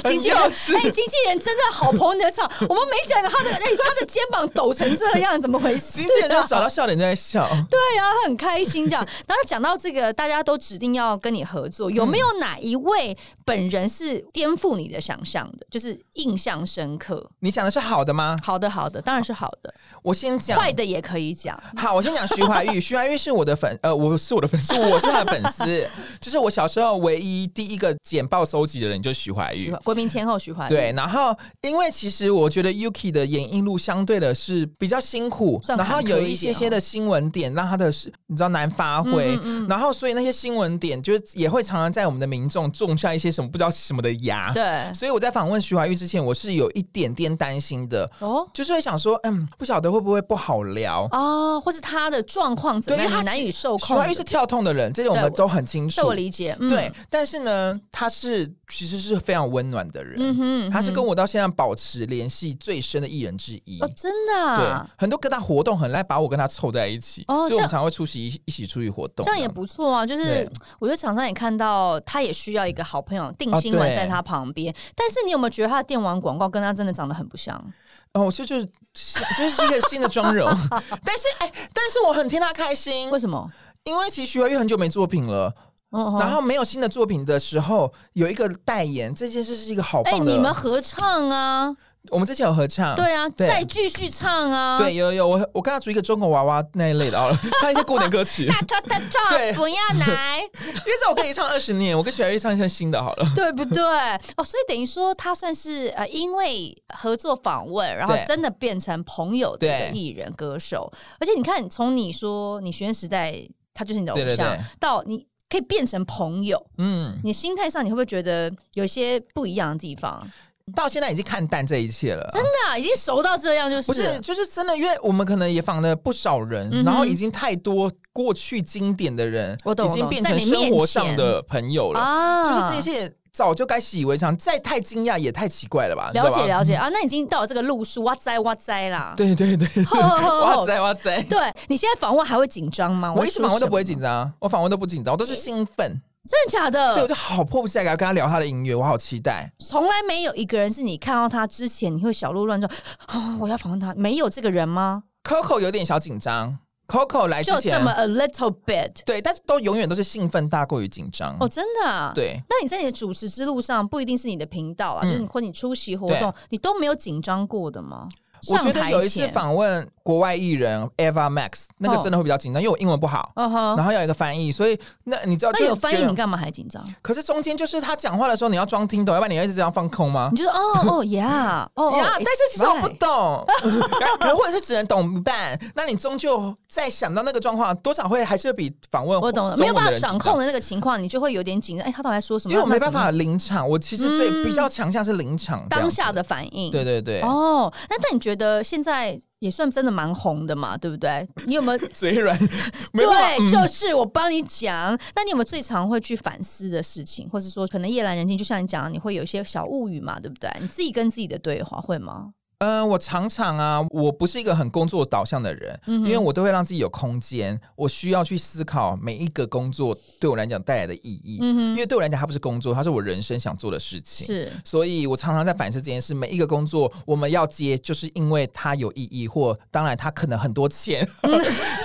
Speaker 1: 很
Speaker 2: 经纪
Speaker 1: 幼
Speaker 2: 人，
Speaker 1: 稚
Speaker 2: 哎、经纪人真的好捧你 的场，我们没讲他的，哎、他的肩膀抖成这样，怎么回事、啊？
Speaker 1: 经纪人就找到笑点在笑。
Speaker 2: 对啊，很开心这样。然后讲到这个，大家都指定要跟你合
Speaker 1: 嗯
Speaker 2: 作，有没有哪一位本人是颠覆你的想象的，就是印象深刻？
Speaker 1: 你讲的是好的吗？
Speaker 2: 好的，好的，当然是好的，
Speaker 1: 我先讲。
Speaker 2: 坏的也可以讲。
Speaker 1: 好，我先讲徐怀钰。徐怀钰是我的粉，呃，我是我的粉丝，我是他的粉丝。就是我小时候唯一第一个简报收集的人就是徐怀
Speaker 2: 徐
Speaker 1: 钰
Speaker 2: 怀。国民前后徐怀钰
Speaker 1: 对，然后因为其实我觉得 Yuki 的演艺路相对的是比较辛苦，
Speaker 2: 算
Speaker 1: 然后
Speaker 2: 坎坷
Speaker 1: 有
Speaker 2: 一
Speaker 1: 一些
Speaker 2: 点哦
Speaker 1: 些的新闻点让他的是你知道难发挥，
Speaker 2: 嗯
Speaker 1: 然后所以那些新闻点就是也会常常在我们的民众种下一些什么不知道什么的芽。
Speaker 2: 对
Speaker 1: 所以我在访问徐怀钰之前，我是有一点点担心的，
Speaker 2: 哦。
Speaker 1: 就是会想说，嗯，不晓得会不会不好聊。
Speaker 2: 哦，或是他的状况怎
Speaker 1: 对，
Speaker 2: 么
Speaker 1: 因为
Speaker 2: 样，
Speaker 1: 他
Speaker 2: 你难以受
Speaker 1: 徐
Speaker 2: 控的。
Speaker 1: 怀钰是跳痛的人，这点我
Speaker 2: 对
Speaker 1: 们
Speaker 2: 我
Speaker 1: 都很清
Speaker 2: 这
Speaker 1: 楚
Speaker 2: 我。理解，嗯、
Speaker 1: 对，，但是呢，他是其实是非常温暖的人，
Speaker 2: 嗯哼，
Speaker 1: 他是跟我到现在保持联系最深的艺人之一。
Speaker 2: 哦，真的、
Speaker 1: 对
Speaker 2: 啊，，
Speaker 1: 很多各大活动很爱把我跟他凑在一起，
Speaker 2: 哦
Speaker 1: 所以我
Speaker 2: 这样
Speaker 1: 们常会出席一一起出席活动，
Speaker 2: 这样也不错啊。就是
Speaker 1: 对
Speaker 2: 我觉得厂商也看到，他也需要一个好朋友，定
Speaker 1: 哦
Speaker 2: 心丸
Speaker 1: 对
Speaker 2: 在他旁边。但是你有没有觉得他的电玩广告跟他真的长得很不像？
Speaker 1: 哦，这就是就是一个新的妆 容，但是哎、但是我很替他开心
Speaker 2: 为，什么？
Speaker 1: 因为其实徐怀钰很久没作品了，
Speaker 2: 嗯
Speaker 1: 然
Speaker 2: 哼。
Speaker 1: 后没有新的作品的时候，有一个代言这件事是一个好
Speaker 2: 哎、
Speaker 1: 棒的，
Speaker 2: 你们合唱啊？
Speaker 1: 我们之前有合唱，
Speaker 2: 对啊，
Speaker 1: 对
Speaker 2: 再继续唱啊，
Speaker 1: 对，有有有，我我刚刚出一个中国娃娃那一类的哦，唱一些过年歌 曲，因
Speaker 2: 大跳大
Speaker 1: 对
Speaker 2: 跳，不要 来，
Speaker 1: 为这我跟你唱二十年，我跟许来玉唱一些新的好了。
Speaker 2: 对不对？哦，所以等于说他算是呃，因为合作访问，然后
Speaker 1: 对
Speaker 2: 真的变成朋友的一
Speaker 1: 对
Speaker 2: 个艺人歌手。而且你看，从你说你学生时代他就是你的偶像，
Speaker 1: 对对对
Speaker 2: 到你可以变成朋友，
Speaker 1: 嗯，
Speaker 2: 你心态上你会不会觉得有一些不一样的地方？
Speaker 1: 到现在已经看淡这一切了。
Speaker 2: 真的啊、已经熟到这样，就是
Speaker 1: 不是，就是真的，因为我们可能也访了不少人，
Speaker 2: 嗯哼
Speaker 1: 然后已经太多过去经典的人，
Speaker 2: 我懂
Speaker 1: 已
Speaker 2: 我懂
Speaker 1: 经变
Speaker 2: 在
Speaker 1: 成
Speaker 2: 你面
Speaker 1: 生活上
Speaker 2: 前
Speaker 1: 的朋友了。
Speaker 2: 啊
Speaker 1: 就是这。些早就该习以为常，再太惊讶也太奇怪了吧？
Speaker 2: 了解
Speaker 1: 你知道吧嗯
Speaker 2: 了解啊，那已经到了这个路数，哇塞哇塞啦！
Speaker 1: 对对对，
Speaker 2: 吼吼吼
Speaker 1: 哇塞哇 塞！
Speaker 2: 对你现在访问还会紧张吗？
Speaker 1: 我
Speaker 2: 会啊
Speaker 1: 一直
Speaker 2: 说
Speaker 1: 访问都
Speaker 2: 什
Speaker 1: 不会
Speaker 2: 么
Speaker 1: 紧张，我访问都不紧张，我都是兴奋。
Speaker 2: 真的假的？
Speaker 1: 对，我就好迫不及待要跟他聊他的音乐，我好期待。
Speaker 2: 从来没有一个人是你看到他之前你会小鹿乱撞，啊、我要访问他，没有这个人吗？
Speaker 1: Coco 有点小紧张，Coco 来之
Speaker 2: 就这
Speaker 1: 前
Speaker 2: 么，a little bit
Speaker 1: 对，但是都永远都是兴奋大过于紧张。
Speaker 2: 哦，真的、啊。。
Speaker 1: 嗯对，
Speaker 2: 那你在你的主持之路上，不一定是你的频道啊，
Speaker 1: 嗯
Speaker 2: 就是你或你出席活动，你都没有紧张过的吗？
Speaker 1: 我觉得
Speaker 2: 上台
Speaker 1: 有一次
Speaker 2: 前，
Speaker 1: 访问国外艺人 Eva Max，那个
Speaker 2: 哦
Speaker 1: 真的会比较紧张，因为我英文不好。
Speaker 2: 嗯哼，
Speaker 1: 然后要有一个翻译，所以那你知道啊
Speaker 2: 那
Speaker 1: 就
Speaker 2: 有翻译，
Speaker 1: 觉得
Speaker 2: 你干嘛还紧张？
Speaker 1: 可是中间就是他讲话的时候，你要装听懂，要不然你要一直这样放空吗？
Speaker 2: 你就说哦 哦 yeah 哦哦，
Speaker 1: 呀，
Speaker 2: it's
Speaker 1: 啊但是其实我不
Speaker 2: right
Speaker 1: 懂，然后可能或者是只能懂一半。那你终究在想到那个状况，多少会还是比访问
Speaker 2: 我懂了，
Speaker 1: 中
Speaker 2: 没有
Speaker 1: 文的
Speaker 2: 办法
Speaker 1: 人
Speaker 2: 掌
Speaker 1: 紧张
Speaker 2: 控，的那个情况，你就会有点紧张。哎，他到底在说什么？
Speaker 1: 因为我没办
Speaker 2: 他
Speaker 1: 法
Speaker 2: 什么
Speaker 1: 临场。我其实最
Speaker 2: 嗯
Speaker 1: 比较强项是临场这样
Speaker 2: 当
Speaker 1: 子
Speaker 2: 下的反应。
Speaker 1: 对对对，
Speaker 2: 哦，那但你觉得现在也算真的蛮红的嘛，对 不对？你有没有？
Speaker 1: 嘴软，没办法嗯
Speaker 2: 对，就是我帮你讲。那你有没有最常会去反思的事情，或是说可能夜阑人静，就像你讲的，你会有一些小物语嘛，对不对？你自己跟自己的对话会吗？
Speaker 1: 嗯，我常常啊，我不是一个很工作导向的人，因为我都会让自己有空间，我需要去思考每一个工作对我来讲带来的意义。因为对我来讲，它不是工作，它是我人生想做的事情。
Speaker 2: 是
Speaker 1: 所以我常常在反思这件事。每一个工作我们要接，就是因为它有意义，或当然它可能很多钱， 就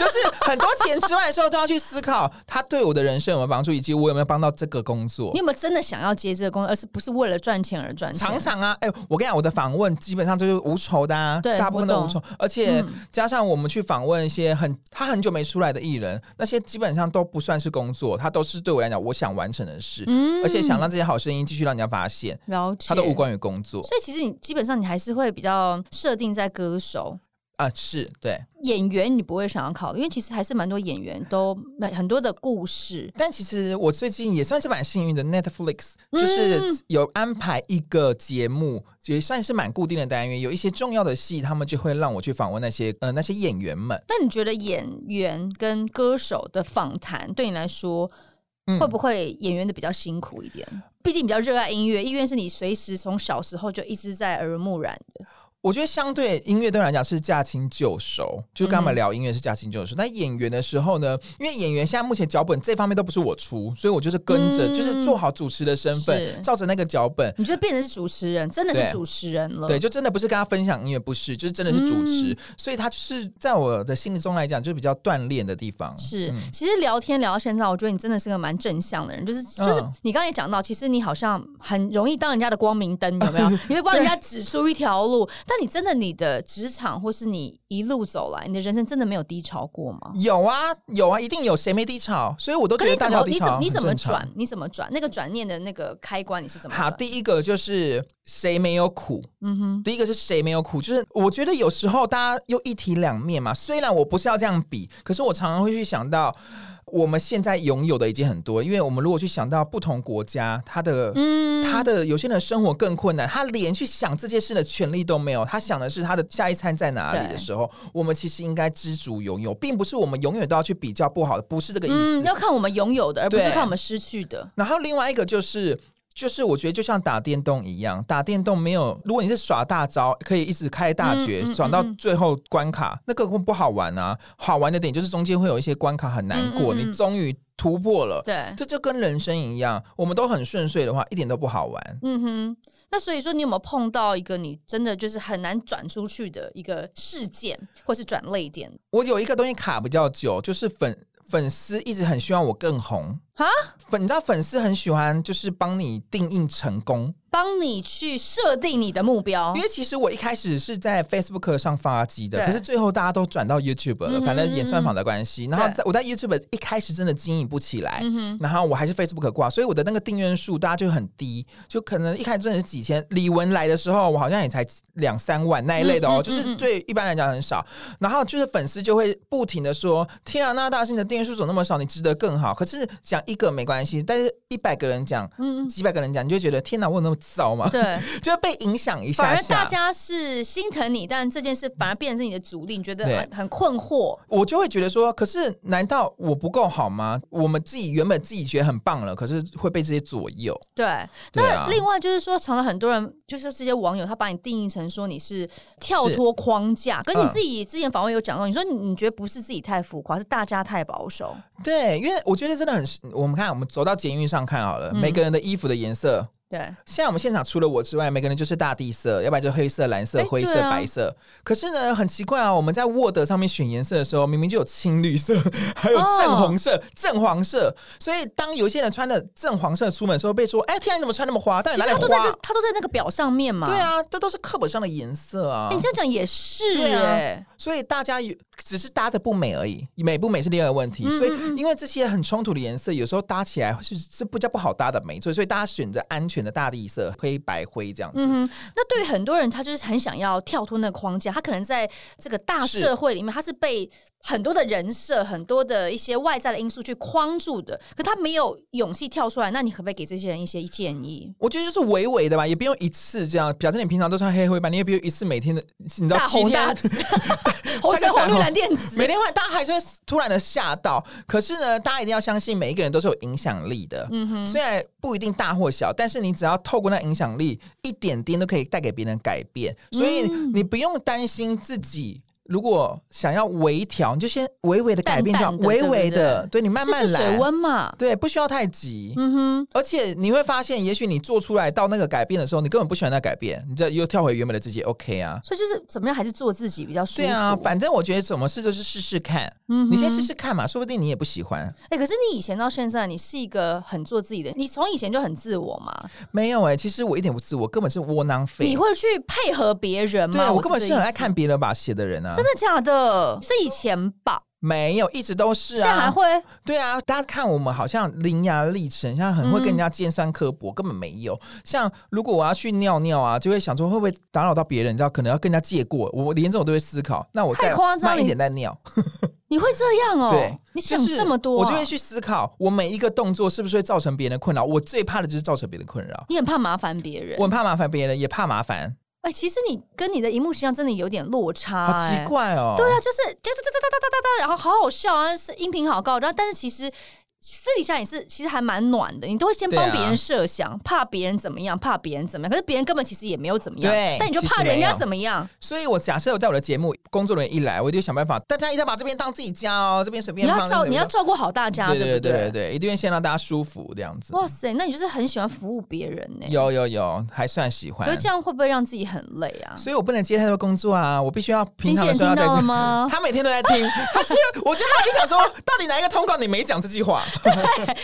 Speaker 1: 是很多钱之外的时候，都要去思考它对我的人生有没有帮助，以及我有没有帮到这个工作
Speaker 2: 你。有没有真的想要接这个工作，而是不是为了赚钱而赚钱？
Speaker 1: 常常啊，哎、我跟你讲，我的访问基本上就是无酬的、啊，
Speaker 2: 对
Speaker 1: 大部分都
Speaker 2: 我
Speaker 1: 无
Speaker 2: 懂嗯
Speaker 1: 酬，而且加上我们去访问一些很他很久没出来的艺人，那些基本上都不算是工作，他都是对我来讲我想完成的事，
Speaker 2: 嗯
Speaker 1: 而且想让这些好声音继续让人家发现，
Speaker 2: 了解，
Speaker 1: 它都无。关于工作
Speaker 2: 所以其实你基本上你还是会比较设定在歌手。
Speaker 1: 啊、是对。
Speaker 2: 演员你不会想要考虑，因为其实还是蛮多演员都很多的故事，
Speaker 1: 但其实我最近也算是蛮幸运的，Netflix
Speaker 2: 嗯
Speaker 1: 就是有安排一个节目，也算是蛮固定的单元。有一些重要的戏，他们就会让我去访问那些呃那些演员们。
Speaker 2: 那你觉得演员跟歌手的访谈对你来说，
Speaker 1: 嗯
Speaker 2: 会不会演员的比较辛苦一点？毕竟比较热爱音乐，音乐是你随时从小时候就一直在耳濡目染的。
Speaker 1: 我觉得相对音乐对我来讲是驾轻就熟，就跟他
Speaker 2: 嗯
Speaker 1: 们聊音乐是驾轻就熟。但演员的时候呢，因为演员现在目前脚本这方面都不是我出，所以我就是跟着，
Speaker 2: 嗯
Speaker 1: 就是做好主持的身
Speaker 2: 是
Speaker 1: 份，照着那个脚本。
Speaker 2: 你就变成是主持人，真的是
Speaker 1: 对
Speaker 2: 主持人了。
Speaker 1: 对，就真的不是跟他分享音乐，不是，就是真的是主持，
Speaker 2: 嗯
Speaker 1: 所以他就是在我的心中来讲，就是比较锻炼的地方。
Speaker 2: 是
Speaker 1: 嗯，
Speaker 2: 其实聊天聊到现在，我觉得你真的是个蛮正向的人，就是就是
Speaker 1: 嗯
Speaker 2: 你刚才也讲到，其实你好像很容易当人家的光明灯，有 没有？你会帮人家指出一条路，但你真的你的职场或是你一路走来，你的人生真的没有低潮过吗？
Speaker 1: 有啊，有啊，一定有，谁没低潮？所以我都
Speaker 2: 可
Speaker 1: 觉
Speaker 2: 是
Speaker 1: 得大
Speaker 2: 你怎
Speaker 1: 家
Speaker 2: 么
Speaker 1: 有低
Speaker 2: 你怎
Speaker 1: 潮
Speaker 2: 么你怎么
Speaker 1: 很正常
Speaker 2: 转？你怎么转？那个转念的那个开关你是怎么
Speaker 1: 好，
Speaker 2: 转？
Speaker 1: 第一个就是谁没有苦，
Speaker 2: 嗯哼，
Speaker 1: 第一个是谁没有苦，就是我觉得有时候大家又一体两面嘛。虽然我不是要这样比，可是我常常会去想到我们现在拥有的已经很多，因为我们如果去想到不同国家，它的
Speaker 2: 嗯，
Speaker 1: 他的有些人生活更困难，他连去想这件事的权利都没有，他想的是他的下一餐在哪里
Speaker 2: 对
Speaker 1: 的时候，我们其实应该知足拥有，并不是我们永远都要去比较不好的，不是这个意思。
Speaker 2: 嗯，要看我们拥有的，而不是
Speaker 1: 对
Speaker 2: 看我们失去的。
Speaker 1: 然后另外一个就是。就是我觉得就像打电动一样，打电动没有，如果你是耍大招，可以一直开大绝，
Speaker 2: 嗯嗯嗯
Speaker 1: 爽到最后关卡，那个不好玩啊。好玩的点就是中间会有一些关卡很难过，
Speaker 2: 嗯嗯嗯
Speaker 1: 你终于突破了，
Speaker 2: 对，
Speaker 1: 这就跟人生一样，我们都很顺遂的话，一点都不好玩。
Speaker 2: 嗯哼。那所以说，你有没有碰到一个你真的就是很难转出去的一个事件，或是转泪点？
Speaker 1: 我有一个东西卡比较久，就是粉粉丝一直很希望我更红
Speaker 2: 啊。
Speaker 1: 粉，你知道粉丝很喜欢就是帮你定义成功，
Speaker 2: 帮你去设定你的目标
Speaker 1: 因。为其实我一开始是在 Facebook 上发机的，
Speaker 2: 哦对
Speaker 1: 可是最后大家都转到 YouTube 了，
Speaker 2: 嗯哼嗯
Speaker 1: 反正演算法的关系。然后
Speaker 2: 对嗯
Speaker 1: 在我在 YouTube 一开始真的经营不起来，然后我还是 Facebook 挂，所以我的那个订阅数大家就很低，就可能一开始真的是几千。李玟来的时候，我好像也才两三万那一类的哦，
Speaker 2: 嗯嗯嗯
Speaker 1: 就是对一般来讲很少。然后就是粉丝就会不停的说：“天啊，那大师你的订阅数怎么那么少？你值得更好。”可是讲一个没关系，但是一百个人讲，
Speaker 2: 嗯，
Speaker 1: 几百个人讲，你就觉得天哪，我有那么糟吗？
Speaker 2: 对，
Speaker 1: 就会被影响一下
Speaker 2: 反而
Speaker 1: 下。
Speaker 2: 大家是心疼你，但这件事反而变成是你的阻力，你觉得
Speaker 1: 对
Speaker 2: 很很困惑。
Speaker 1: 我就会觉得说，可是难道我不够好吗？我们自己原本自己觉得很棒了，可是会被这些左右。
Speaker 2: 对，
Speaker 1: 对啊
Speaker 2: 那另外就是说，常常很多人就是这些网友，他把你定义成说你是跳脱框架，跟你
Speaker 1: 嗯
Speaker 2: 自己之前访问有讲到，你说你你觉得不是自己太浮夸，是大家太保守。
Speaker 1: 对，因为我觉得真的很，我们看，我们走到捷运上看好了，
Speaker 2: 嗯
Speaker 1: 每个人的衣服的颜色。
Speaker 2: 对，
Speaker 1: 现在我们现场除了我之外，每个人就是大地色，要不然就黑色、蓝色、
Speaker 2: 哎
Speaker 1: 灰色、
Speaker 2: 对啊
Speaker 1: 白色。可是呢，很奇怪啊，我们在 Word 上面选颜色的时候，明明就有青绿色，还有
Speaker 2: 哦
Speaker 1: 正红色、正黄色。所以当有一些人穿的正黄色出门的时候，被说：“哎，天啊，你怎么穿那么花？到底
Speaker 2: 其
Speaker 1: 哪
Speaker 2: 实
Speaker 1: 里
Speaker 2: 他都在
Speaker 1: 花
Speaker 2: 这，他都在那个表上面？”嘛。
Speaker 1: 对，啊，这都是课本上的颜色啊。
Speaker 2: 哎你这样讲也是
Speaker 1: 对啊
Speaker 2: 哎，
Speaker 1: 所以大家有只是搭的不美而已，美不美是另外一个问题。
Speaker 2: 嗯
Speaker 1: 所以因为这些很冲突的颜色，有时候搭起来是是不叫不好搭的，没错。所以大家选择安全的大地色，黑白灰这样子。
Speaker 2: 嗯哼，那对于很多人，他就是很想要跳脱那个框架，他可能在这个大
Speaker 1: 是
Speaker 2: 社会里面，他是被很多的人设、很多的一些外在的因素去框住的，可他没有勇气跳出来。那你可不可以给这些人一些建议？
Speaker 1: 我觉得就是微微的吧，也不用一次这样。假设你平常都穿黑灰吧，你也不用一次每天的，你知道
Speaker 2: 大
Speaker 1: 七
Speaker 2: 红大
Speaker 1: 天
Speaker 2: 紫，
Speaker 1: 哦
Speaker 2: 红橙黄绿蓝靛紫，
Speaker 1: 每天换，大家还是会突然的吓到。可是呢，大家一定要相信，每一个人都是有影响力的。嗯哼，虽然不一定大或小，但是你只要透过那影响力，一点点都可以带给别人改变。
Speaker 2: 嗯
Speaker 1: 所以你不用担心自己。如果想要微调，你就先微微的改变，就好
Speaker 2: 淡淡的
Speaker 1: 微微的，对你慢慢
Speaker 2: 试试
Speaker 1: 来，
Speaker 2: 水温嘛。
Speaker 1: 对，不需要太急。
Speaker 2: 嗯哼，
Speaker 1: 而且你会发现，也许你做出来到那个改变的时候，你根本不喜欢那改变，你这又跳回原本的自己，OK 啊？
Speaker 2: 所以就是怎么样，还是做自己比较舒服。
Speaker 1: 对啊，反正我觉得什么事就是试试看，
Speaker 2: 嗯哼
Speaker 1: 你先试试看嘛，说不定你也不喜欢。
Speaker 2: 哎、可是你以前到现在，你是一个很做自己的，你从以前就很自我嘛，
Speaker 1: 没有哎、其实我一点不自我，根本是窝囊废。
Speaker 2: 你会去配合别人
Speaker 1: 对啊
Speaker 2: 吗？
Speaker 1: 我根本
Speaker 2: 这
Speaker 1: 是很
Speaker 2: 意
Speaker 1: 爱
Speaker 2: 思
Speaker 1: 看别人把写的人啊，
Speaker 2: 真的假的？是以前吧，
Speaker 1: 没有，一直都是
Speaker 2: 现在还
Speaker 1: 啊。
Speaker 2: 会
Speaker 1: 对啊，大家看我们好像伶牙俐齿，像很会跟
Speaker 2: 嗯
Speaker 1: 人家尖酸刻薄，根本没有。像如果我要去尿尿啊，就会想说会不会打扰到别人，你知道，可能要跟人家借过，我连这种都会思考。那我
Speaker 2: 太
Speaker 1: 再
Speaker 2: 夸张
Speaker 1: 慢一
Speaker 2: 你
Speaker 1: 点再尿。
Speaker 2: 你会这样哦、
Speaker 1: 对，
Speaker 2: 你
Speaker 1: 就
Speaker 2: 想
Speaker 1: 是
Speaker 2: 这么多、
Speaker 1: 我
Speaker 2: 啊，
Speaker 1: 就会去思考，我每一个动作是不是会造成别人的困扰。我最怕的就是造成别人的困扰，
Speaker 2: 你很怕麻烦别人
Speaker 1: 我。很怕麻烦别人，也怕麻烦，
Speaker 2: 哎、其实你跟你的荧幕形象真的有点落差、
Speaker 1: 好
Speaker 2: 哎
Speaker 1: 奇。怪哦。
Speaker 2: 对啊，就是就是哒哒哒哒哒哒，然后好好笑啊，是音频好高，然后但是其实。私底下你是其实还蛮暖的，你都会先帮
Speaker 1: 对啊
Speaker 2: 别人设想，怕别人怎么样，怕别人怎么样，可是别人根本其实也没有怎么样，
Speaker 1: 对
Speaker 2: 但你就
Speaker 1: 其实
Speaker 2: 怕人
Speaker 1: 没
Speaker 2: 家
Speaker 1: 有
Speaker 2: 怎么样，
Speaker 1: 所以我假设我在我的节目，工作人员一来，我一定会想办法，大家一定要把这边当自己家哦，这边随
Speaker 2: 你
Speaker 1: 便放。
Speaker 2: 要照你要照顾好大家，
Speaker 1: 对对
Speaker 2: 不
Speaker 1: 对对对，一定会先让大家舒服这样子。
Speaker 2: 哇塞，那你就是很喜欢服务别人呢、
Speaker 1: 有有有，还算喜
Speaker 2: 可
Speaker 1: 欢
Speaker 2: 是。这样会不会让自己很累啊？
Speaker 1: 所以我不能接太多工作啊，我必须要平
Speaker 2: 经纪
Speaker 1: 常的
Speaker 2: 人
Speaker 1: 时候要
Speaker 2: 听
Speaker 1: 在
Speaker 2: 到了。吗？
Speaker 1: 他每天都在听，他其实我觉得他就想说，到底哪一个通告你没讲这句 话？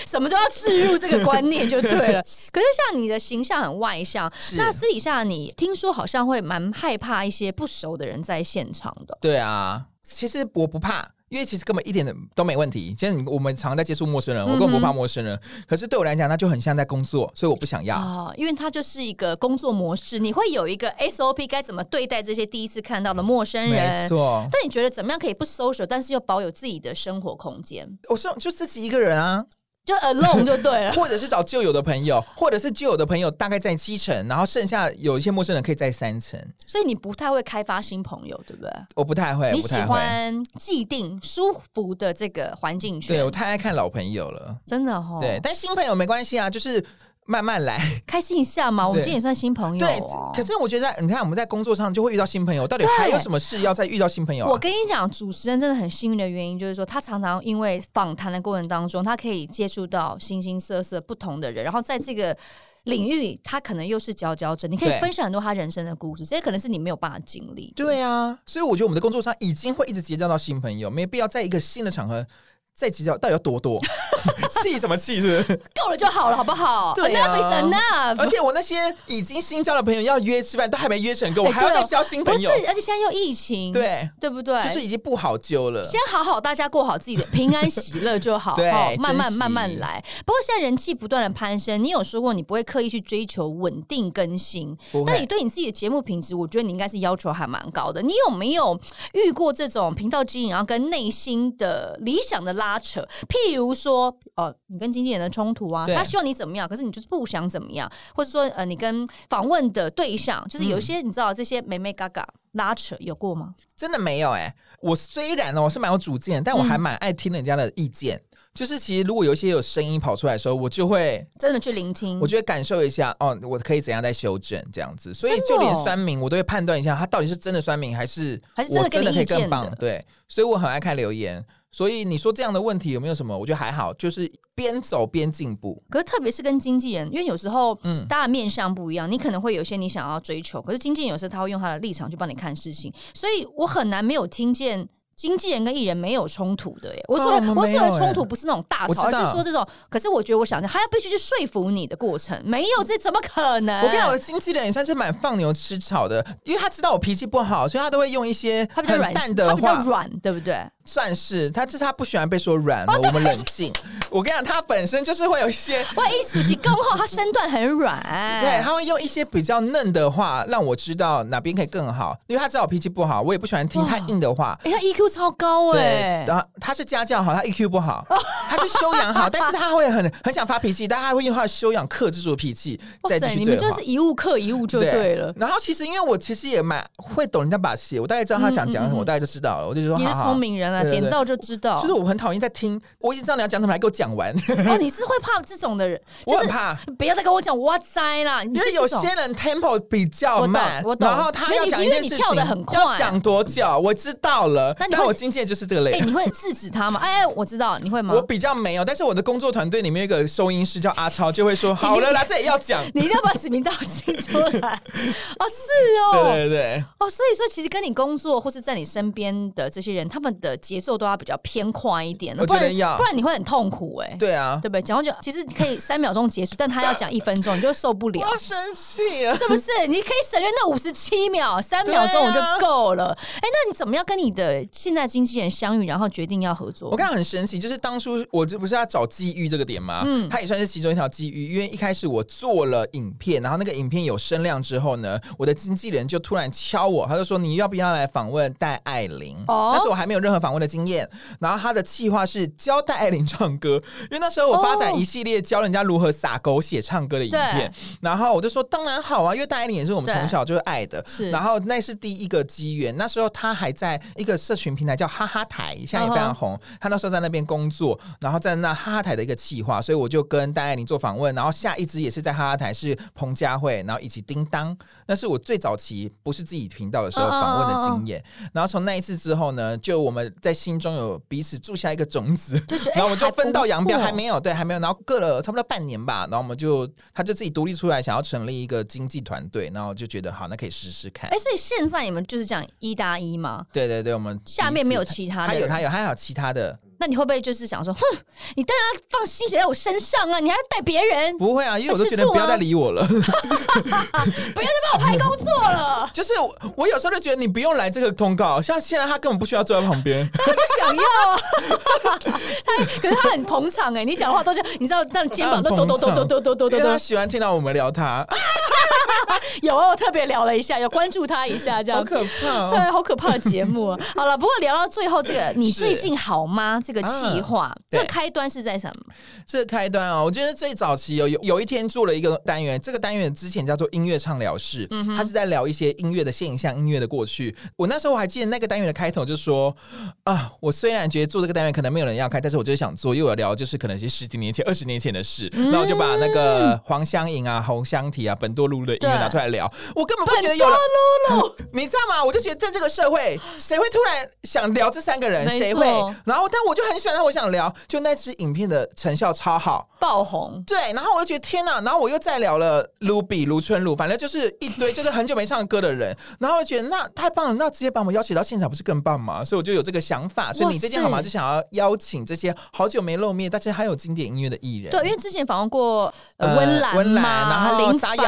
Speaker 2: 什么都要置入这个观念就 对了。可是像你的形象很外向，
Speaker 1: 是
Speaker 2: 那私底下你听说好像会蛮害怕一些不熟的人在现场的。
Speaker 1: 对啊，其实我不怕，因为其实根本一点都没问题。现在我们常在接触陌生人，我根本不
Speaker 2: 嗯
Speaker 1: 怕陌生人。可是对我来讲，那就很像在工作，所以我不想要。
Speaker 2: 啊、因为它就是一个工作模式，你会有一个 SOP 该怎么对待这些第一次看到的陌生
Speaker 1: 没
Speaker 2: 人。
Speaker 1: 错，
Speaker 2: 但你觉得怎么样可以不 social，但是又保有自己的生活空间，
Speaker 1: 我是就自己一个人 啊，
Speaker 2: 就 alone 就 对了。
Speaker 1: 或者是找旧有的朋友，或者是旧有的朋友大概在七成，然后剩下有一些陌生人可以在三成。
Speaker 2: 所以你不太会开发新朋友，对不对？
Speaker 1: 我不太会，
Speaker 2: 你
Speaker 1: 哎我不
Speaker 2: 喜
Speaker 1: 太会。
Speaker 2: 欢既定舒服的这个环境
Speaker 1: 对
Speaker 2: 圈
Speaker 1: 我，太爱看老朋友了，
Speaker 2: 真的哦。
Speaker 1: 对，但新朋友没关系啊，就是慢慢 来。
Speaker 2: 开心一下嘛，我们
Speaker 1: 对
Speaker 2: 今天也算新朋友、
Speaker 1: 对
Speaker 2: 哦。，
Speaker 1: 可是我觉得在你看我们在工作上就会遇到新朋友，到底还有什么事要再遇到新朋友、啊？
Speaker 2: 我跟你讲，主持人真的很幸运的原因，就是说他常常因为访谈的过程当中，他可以接触到形形色色不同的人，然后在这个领域，他可能又是佼佼者，你可以
Speaker 1: 对啊
Speaker 2: 分享很多他人生的故事，这些可能是你没有办法经历的。
Speaker 1: 对啊，所以我觉得我们的工作上已经会一直结交到新朋友，没必要在一个新的场合这集到底有多 多？气什么气？是不是？
Speaker 2: 够了就好了，好不好
Speaker 1: 对啊
Speaker 2: e n o u g h is enough。
Speaker 1: 而且我那些已经新交的朋友要约吃饭，都还没约成功，我
Speaker 2: 哎
Speaker 1: 还要
Speaker 2: 对哦
Speaker 1: 再交新
Speaker 2: 不
Speaker 1: 朋
Speaker 2: 是
Speaker 1: 友，，
Speaker 2: 而且现在又疫情，
Speaker 1: 对，
Speaker 2: 对不对？
Speaker 1: 就是已经不好揪了。
Speaker 2: 先好好大家过好自己的平安喜乐就好，
Speaker 1: 对
Speaker 2: 好慢慢
Speaker 1: 珍惜
Speaker 2: 慢慢来。不过现在人气不断的攀升，你有说过你不会刻意去追求稳定更新
Speaker 1: 不，会
Speaker 2: 但你对你自己的节目品质，我觉得你应该是要求还蛮高的。你有没有遇过这种频道经营，然后跟内心的理想的拉扯？譬如说，呃，你跟经纪人的冲突啊，
Speaker 1: 对
Speaker 2: 他希望你怎么样，可是你就是不想怎么样，或者说，呃，你跟访问的对象，就是
Speaker 1: 嗯
Speaker 2: 有一些、你知道这些美美嘎嘎拉扯有过吗？
Speaker 1: 真的没有哎、我虽然哦是蛮有主见，但我
Speaker 2: 嗯
Speaker 1: 还蛮爱听人家的意见。就是其实如果有一些有声音跑出来的时候，我就会
Speaker 2: 真的去聆听，
Speaker 1: 我就会感受一下哦，我可以怎样再修正这样子。所以
Speaker 2: 真的
Speaker 1: 就连
Speaker 2: 哦
Speaker 1: 酸民，我都会判断一下他到底是真的酸民还是
Speaker 2: 还是真的
Speaker 1: 我
Speaker 2: 给
Speaker 1: 真
Speaker 2: 你
Speaker 1: 的可以
Speaker 2: 意见
Speaker 1: 更棒
Speaker 2: 的。
Speaker 1: 对，所以我很爱看留言。所以你说这样的问题有没有什么？我觉得还好，就是边走边进步。
Speaker 2: 可是特别是跟经纪人，因为有时候
Speaker 1: 嗯
Speaker 2: 大家面向不一样，你可能会有一些你想要追求，可是经纪人有时候他会用他的立场去帮你看事情，所以我很难没有听见。经纪人跟艺人没有冲突的耶，我说、
Speaker 1: 哦我们
Speaker 2: 我
Speaker 1: 没
Speaker 2: 说的
Speaker 1: 有耶
Speaker 2: 冲突不是那种大
Speaker 1: 我
Speaker 2: 吵，
Speaker 1: 知
Speaker 2: 而
Speaker 1: 道
Speaker 2: 是说这种，可是我觉得我想还要必须去说服你的过程，没有这怎么可能？
Speaker 1: 哎我跟你讲，我的经纪人也算是蛮放牛吃草的，因为他知道我脾气不好，所以他都会用一些
Speaker 2: 他
Speaker 1: 很
Speaker 2: 比较软，
Speaker 1: 淡的
Speaker 2: 他比较
Speaker 1: 话，
Speaker 2: 软，对不对？
Speaker 1: 算是他，就是他不喜欢被说软了，我们冷静。我跟你讲，他本身就是会有一些，
Speaker 2: 我意思是恭候他身段很软，
Speaker 1: 对，他会用一些比较嫩的话让我知道哪边可以更好，因为他知道我脾气不好，我也不喜欢听
Speaker 2: 哇
Speaker 1: 太硬的话。
Speaker 2: 哎、他 EQ 超高
Speaker 1: 哦对，、
Speaker 2: 哎
Speaker 1: 然后他是家教好，他 EQ 不好，他是修养 好，但是他会很很想发脾气，但他会用他的修养克制住脾气，
Speaker 2: 哇
Speaker 1: 再
Speaker 2: 塞，
Speaker 1: 继
Speaker 2: 你
Speaker 1: 续
Speaker 2: 们
Speaker 1: 对
Speaker 2: 就
Speaker 1: 话
Speaker 2: 是。一物克一物就对了。
Speaker 1: 然后其实因为我其实也蛮会懂人家把戏，我大概知道他想讲什么，我大概就知道了，我就说
Speaker 2: 嗯你是
Speaker 1: 好好
Speaker 2: 聪明人啊，
Speaker 1: 对对对
Speaker 2: 点到就知道。
Speaker 1: 就是我很讨厌在听，我已经知道你要讲什么，还给我讲 完，
Speaker 2: 哦，你是会怕这种的人，
Speaker 1: 我
Speaker 2: 就
Speaker 1: 很
Speaker 2: 是
Speaker 1: 怕。
Speaker 2: 不要再跟我讲哇塞啦，你
Speaker 1: 因
Speaker 2: 是
Speaker 1: 为有
Speaker 2: 这种
Speaker 1: 些人 tempo 比较慢，
Speaker 2: 我懂我懂
Speaker 1: 然后他要讲一
Speaker 2: 因为
Speaker 1: 件
Speaker 2: 你
Speaker 1: 事情，
Speaker 2: 跳得很快
Speaker 1: 要讲多久，我知道了。
Speaker 2: 那你会
Speaker 1: 但我经纪人就是这个类
Speaker 2: 哎、。你会制止他吗？哎、哎我知道你会吗
Speaker 1: 我？比较没有，但是我的工作团队里面有一个收音师叫阿超，就会 说好了啦，这也要讲。
Speaker 2: 你一定要把指名道 姓出来哦，是哦，
Speaker 1: 对对对，
Speaker 2: 哦，所以说其实跟你工作或是在你身边的这些人，他们的节奏都要比较偏快一点，
Speaker 1: 我
Speaker 2: 不
Speaker 1: 觉得
Speaker 2: 然
Speaker 1: 要
Speaker 2: 不然你会很痛苦哎、
Speaker 1: 对啊，
Speaker 2: 对不对？讲完就其实可以三秒钟结束，但他要讲一分钟，你就会受不了
Speaker 1: 我。要生气啊！
Speaker 2: 是不是？你可以省略那五十七秒，三秒钟我就
Speaker 1: 对啊
Speaker 2: 够了。哎、那你怎么样跟你的现在经纪人相遇，然后决定要合作？
Speaker 1: 我刚刚很神奇，就是当初我这不是要找机遇这个点吗？
Speaker 2: 嗯
Speaker 1: 嗯，它也算是其中一条机遇，因为一开始我做了影片，然后那个影片有声量之后呢，我的经纪人就突然敲我，他就说你要不要来访问戴爱玲？
Speaker 2: 哦
Speaker 1: 哦，那时候我还没有任何访问的经验，然后他的计划是教戴爱玲唱歌，因为那时候我发展一系列教人家如何撒狗血唱歌的影片，然后我就说当然好啊，因为戴爱玲也是我们
Speaker 2: 对
Speaker 1: 从小就是爱的，
Speaker 2: 是
Speaker 1: 然后那是第一个机缘，那时候他还在一个社群平台叫哈哈台，现在也非常
Speaker 2: 嗯
Speaker 1: 红。他那时候在那边工作，然后在那哈哈台的一个企划，所以我就跟戴爱玲做访问。然后下一支也是在哈哈台，是彭佳慧，然后以及叮当，那是我最早期不是自己频道的时候
Speaker 2: 嗯嗯嗯
Speaker 1: 访问的经验。然后从那一次之后呢，就我们在心中有彼此种下一个种子，
Speaker 2: 就 觉得，
Speaker 1: 然
Speaker 2: 哎
Speaker 1: 后我们就分道扬镳，还。
Speaker 2: 不错
Speaker 1: 没有对，还没有。然后隔了差不多半年吧，然后我们就他就自己独立出来，想要成立一个经济团队，然后我就觉得好，那可以试试看
Speaker 2: 哎、。所以现在你们就是讲一搭一吗？
Speaker 1: 对对对，我们
Speaker 2: 下面没有其他的
Speaker 1: 他
Speaker 2: 人
Speaker 1: 有他有他还有其他的，
Speaker 2: 那你会不会就是想说，哼，你当然要放薪水在我身上啊，你还要带别人，
Speaker 1: 不会啊，因为我都觉
Speaker 2: 吃
Speaker 1: 得
Speaker 2: 醋吗
Speaker 1: 不要再理我 了。，
Speaker 2: 不要再帮我拍工作了
Speaker 1: 就是我我有时候就觉得你不用来这个通告，像现在他根本不需要坐在旁 边。
Speaker 2: 他不想要啊。 他可是他很捧场哎、你讲话都这样，你知道，那肩膀都抖抖抖抖抖抖抖抖
Speaker 1: 因为
Speaker 2: 抖
Speaker 1: 他，喜欢听到我们聊他，
Speaker 2: 有啊，我特别聊了一下，有关注他一下，这样
Speaker 1: 好可怕哦！
Speaker 2: 对，好可怕的 节目啊。好了，不过聊到最后这个，你
Speaker 1: 是啊
Speaker 2: 最近好吗？这个计划，这
Speaker 1: 对
Speaker 2: 个开端是在什么？
Speaker 1: 这个开端哦，我觉得最早期有有有一天做了一个单元，这个单元之前叫做音乐畅聊室，他是在聊一些音乐的现象、音乐的过去。我那时候我还记得那个单元的开头就说啊，我虽然觉得做这个单元可能没有人要看，但是我就是想做，因为我聊就是可能是十几年前、二十年前的事，那我就把那个黄香莹啊、红香缇啊、本多露露的音乐
Speaker 2: 对
Speaker 1: 拿出来聊，我根本不觉得有人。 你知道吗？我就觉得在这个社会，谁会突然想聊这三个人？
Speaker 2: 没错
Speaker 1: 谁会？然后，但我就很喜欢他，我想聊。就那支影片的成效超好，
Speaker 2: 爆红，
Speaker 1: 对，然后我就觉得天哪，然后我又再聊了卢比、卢春露，反正就是一堆就是很久没唱歌的人，然后我觉得那太棒了，那直接把我们邀请到现场不是更棒吗？所以我就有这个想法，所以你这件好吗？
Speaker 2: 哇塞
Speaker 1: 就想要邀请这些好久没露面，但是还有经典音乐的艺人，
Speaker 2: 对，因为之前访问过呃
Speaker 1: 呃
Speaker 2: 温岚嘛、
Speaker 1: 温岚然后
Speaker 2: 林
Speaker 1: 沙
Speaker 2: 凡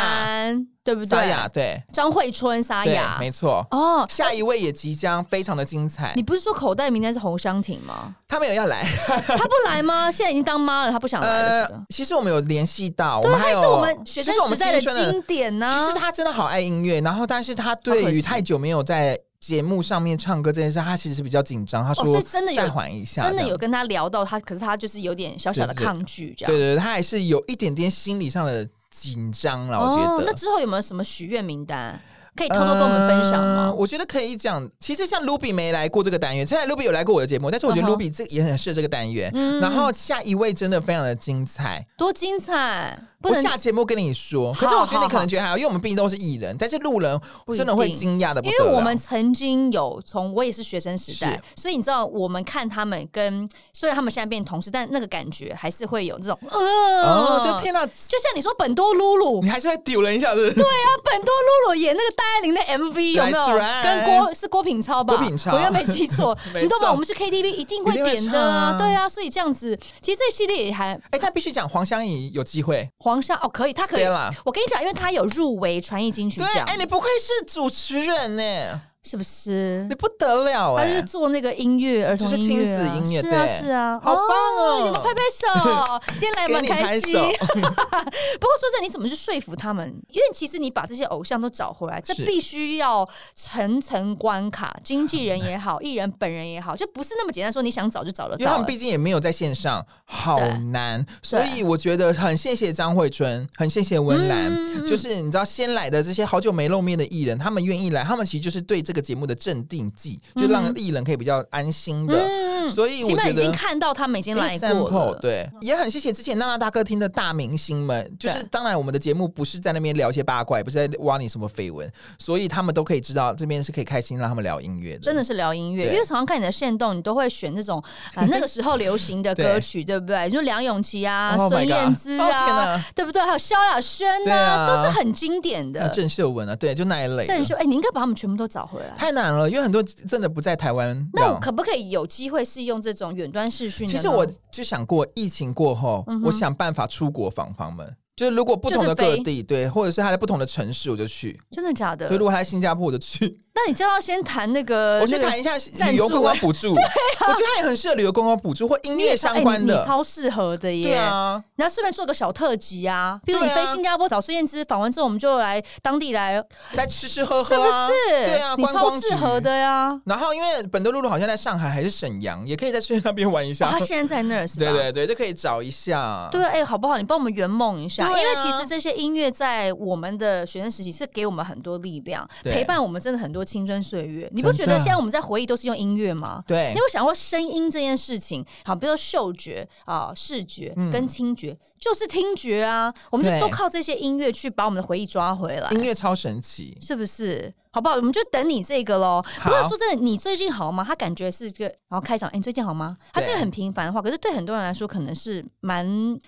Speaker 1: 哑，
Speaker 2: 对不
Speaker 1: 沙
Speaker 2: 对？
Speaker 1: 雅对
Speaker 2: 张惠春、沙
Speaker 1: 对，
Speaker 2: 哑，
Speaker 1: 哎没错。
Speaker 2: 哦，
Speaker 1: 下一位也即将非常的精彩
Speaker 2: 你，不是说口袋名单是侯湘婷 吗？
Speaker 1: 他没有要来，
Speaker 2: 她不来吗？现在已经当妈了，她不想来了是
Speaker 1: 呃
Speaker 2: 吧？，
Speaker 1: 其实我们有联系到，我
Speaker 2: 对，
Speaker 1: 们还
Speaker 2: 她
Speaker 1: 有
Speaker 2: 是我们学
Speaker 1: 就
Speaker 2: 生
Speaker 1: 是我们
Speaker 2: 时代的
Speaker 1: 新生的
Speaker 2: 经典呐、
Speaker 1: 其实他真的好爱音乐，然后但是他
Speaker 2: 好
Speaker 1: 对
Speaker 2: 可惜
Speaker 1: 于太久没有在节目上面唱歌这件事，他其实比较紧张。他
Speaker 2: 哦所
Speaker 1: 说
Speaker 2: 以真的有
Speaker 1: 再缓一下，
Speaker 2: 真的
Speaker 1: 这样
Speaker 2: 有。跟她聊到她，可是她就是有点小小的
Speaker 1: 对对
Speaker 2: 抗拒这样。
Speaker 1: 对对对，他还是有一点点心理上的紧张了，我觉
Speaker 2: 哦，
Speaker 1: 得。
Speaker 2: 那之后有没有什么许愿名单可以偷偷跟我们分享吗？
Speaker 1: 呃我觉得可以讲。其实像 Ruby 没来过这个单元，虽然 Ruby 有来过我的节目，但是我觉得
Speaker 2: 嗯哼
Speaker 1: Ruby 这也很适合这个单元。
Speaker 2: 嗯
Speaker 1: 然后下一位真的非常的精彩，
Speaker 2: 多精彩！不
Speaker 1: 我
Speaker 2: 能
Speaker 1: 下节目跟你说。可是
Speaker 2: 好
Speaker 1: 我觉得
Speaker 2: 好
Speaker 1: 你可能觉得还好，因为我们毕竟都是艺人，但是路人
Speaker 2: 不一
Speaker 1: 真的会
Speaker 2: 定
Speaker 1: 惊讶的不
Speaker 2: 因
Speaker 1: 得
Speaker 2: 为
Speaker 1: 了。
Speaker 2: 我们曾经有从我也是学生时代，所以你知道我们看他们跟虽然他们现在变同事，但那个感觉还是会有这种，呃、
Speaker 1: 哦，就天哪，
Speaker 2: 就像你说本多露露，
Speaker 1: 你还是会丢人一下，是不是？对，
Speaker 2: 那本多露露演那个戴爱玲的 MV 有
Speaker 1: 来
Speaker 2: 没
Speaker 1: 自
Speaker 2: 有？
Speaker 1: 然
Speaker 2: 跟郭是郭品超吧？
Speaker 1: 郭品超
Speaker 2: 我又没记错
Speaker 1: ，没错
Speaker 2: 你懂吗？我们去 KTV 一定会
Speaker 1: 一定会
Speaker 2: 点的啊，
Speaker 1: 唱啊
Speaker 2: 对啊，所以这样子，其实这系列也还
Speaker 1: 哎，但必须讲黄湘怡有机会。
Speaker 2: 皇上哦，可以，他可以
Speaker 1: Stella。
Speaker 2: 我跟你讲，因为他有入围传艺金曲
Speaker 1: 对，
Speaker 2: 奖
Speaker 1: 哎，，你不愧是主持人呢，
Speaker 2: 是不是
Speaker 1: 你？不得了
Speaker 2: 他就是
Speaker 1: 哎！
Speaker 2: 做那个音乐，儿童
Speaker 1: 就是
Speaker 2: 音乐啊、
Speaker 1: 亲子音乐
Speaker 2: 是啊
Speaker 1: 对
Speaker 2: 是啊，
Speaker 1: 好棒哦
Speaker 2: 你们拍拍 手，今天来
Speaker 1: 给
Speaker 2: 蛮
Speaker 1: 你
Speaker 2: 开
Speaker 1: 拍
Speaker 2: 心。
Speaker 1: 手，
Speaker 2: 不过说真的，你怎么去说服他们？因为其实你把这些偶像都找回来，这
Speaker 1: 是
Speaker 2: 必须要层层关卡，经纪人也 好，艺人本人也好，就不是那么简单说你想找就找得
Speaker 1: 因为他
Speaker 2: 到
Speaker 1: 们
Speaker 2: 了。
Speaker 1: 毕竟也没有在线上，好
Speaker 2: 对
Speaker 1: 难，所以我觉得很谢谢张惠春，很谢谢温岚，
Speaker 2: 嗯
Speaker 1: 就是你知道先来的这些好久没露面的艺人，他们愿意来，他们其实就是对这个节目的镇定剂，就让艺人可以比较安心的。
Speaker 2: 嗯
Speaker 1: 所以
Speaker 2: 起
Speaker 1: 我
Speaker 2: 码
Speaker 1: 觉
Speaker 2: 已经
Speaker 1: 得
Speaker 2: 看到他们已经来过
Speaker 1: example，
Speaker 2: 了。
Speaker 1: 对，嗯也很谢谢之前娜娜大客厅的大明星们，就是
Speaker 2: 对
Speaker 1: 当然我们的节目不是在那边聊一些八卦，也不是在挖你什么绯闻，所以他们都可以知道这边是可以开心让他们聊音乐的，
Speaker 2: 真的。是聊音乐，
Speaker 1: 对
Speaker 2: 因为常常看你的线动，你都会选那种 啊那个时候流行的歌曲，对不对？就梁咏琪啊、
Speaker 1: Oh my
Speaker 2: 孙
Speaker 1: God
Speaker 2: 燕姿
Speaker 1: 哦天
Speaker 2: 啊
Speaker 1: 哪，
Speaker 2: 对不对？还有萧亚轩
Speaker 1: 对
Speaker 2: 呐、
Speaker 1: 啊
Speaker 2: 都是很经典
Speaker 1: 那
Speaker 2: 的。
Speaker 1: 郑秀文啊，对，就那一类的，
Speaker 2: 郑秀，哎、你应该把他们全部都找回来。
Speaker 1: 太难了，因为很多真的不在台湾。
Speaker 2: 那我可不可以有机会是用这种远端视讯
Speaker 1: 啊
Speaker 2: 的
Speaker 1: 其
Speaker 2: 呢？嗯
Speaker 1: 实我就想过，疫情过后，我想办法出国访访们。就是如果不同的
Speaker 2: 就是
Speaker 1: 各
Speaker 2: 飞
Speaker 1: 地，对，或者是他在不同的城市，我就去。
Speaker 2: 真的假的
Speaker 1: 所以？如果他在新加坡，我就去。
Speaker 2: 那你就要先谈那个，
Speaker 1: 我去
Speaker 2: 那个
Speaker 1: 谈一下
Speaker 2: 助啊
Speaker 1: 旅游观光补助， 我觉得他也很适合旅游观光补助或音
Speaker 2: 你也
Speaker 1: 乐
Speaker 2: 超
Speaker 1: 相关
Speaker 2: 哎你
Speaker 1: 的
Speaker 2: 你。超适合的耶。
Speaker 1: 对啊，
Speaker 2: 然后顺便做个小特辑啊，比如你
Speaker 1: 对啊
Speaker 2: 飞新加坡找孙燕姿访问之后，我们就来当地来，
Speaker 1: 在吃吃喝
Speaker 2: 是
Speaker 1: 喝、
Speaker 2: 不
Speaker 1: 啊，
Speaker 2: 是？
Speaker 1: 对啊，
Speaker 2: 你
Speaker 1: 观
Speaker 2: 超
Speaker 1: 光
Speaker 2: 适合
Speaker 1: 局。
Speaker 2: 的呀、
Speaker 1: 然后因为本多露露好像在上海还是沈阳，也可以再去那边玩一
Speaker 2: 哦
Speaker 1: 下。
Speaker 2: 他现在在那儿是吧？
Speaker 1: 对对对，就可以找一下。
Speaker 2: 对哎、好不好？你帮我们圆梦一下，
Speaker 1: 对啊
Speaker 2: 因为其实这些音乐在我们的学生时期是给我们很多力量，
Speaker 1: 对
Speaker 2: 陪伴我们真的很多青春岁月。你不觉得
Speaker 1: 真的
Speaker 2: 现在我们在回忆都是用音乐吗？
Speaker 1: 对
Speaker 2: 你有想过声音这件事情？好，比如说嗅觉啊、视觉跟听觉，就是听觉啊，我们就
Speaker 1: 嗯对
Speaker 2: 都靠这些音乐去把我们的回忆抓回来。
Speaker 1: 音乐超神奇。
Speaker 2: 是不是？好不好？我们就等你这个喽。不过说真的，你最近好吗？他感觉是这个，然后开场，哎、你最近好吗？他
Speaker 1: 对
Speaker 2: 这个很平凡的话，可是对很多人来说，可能是蛮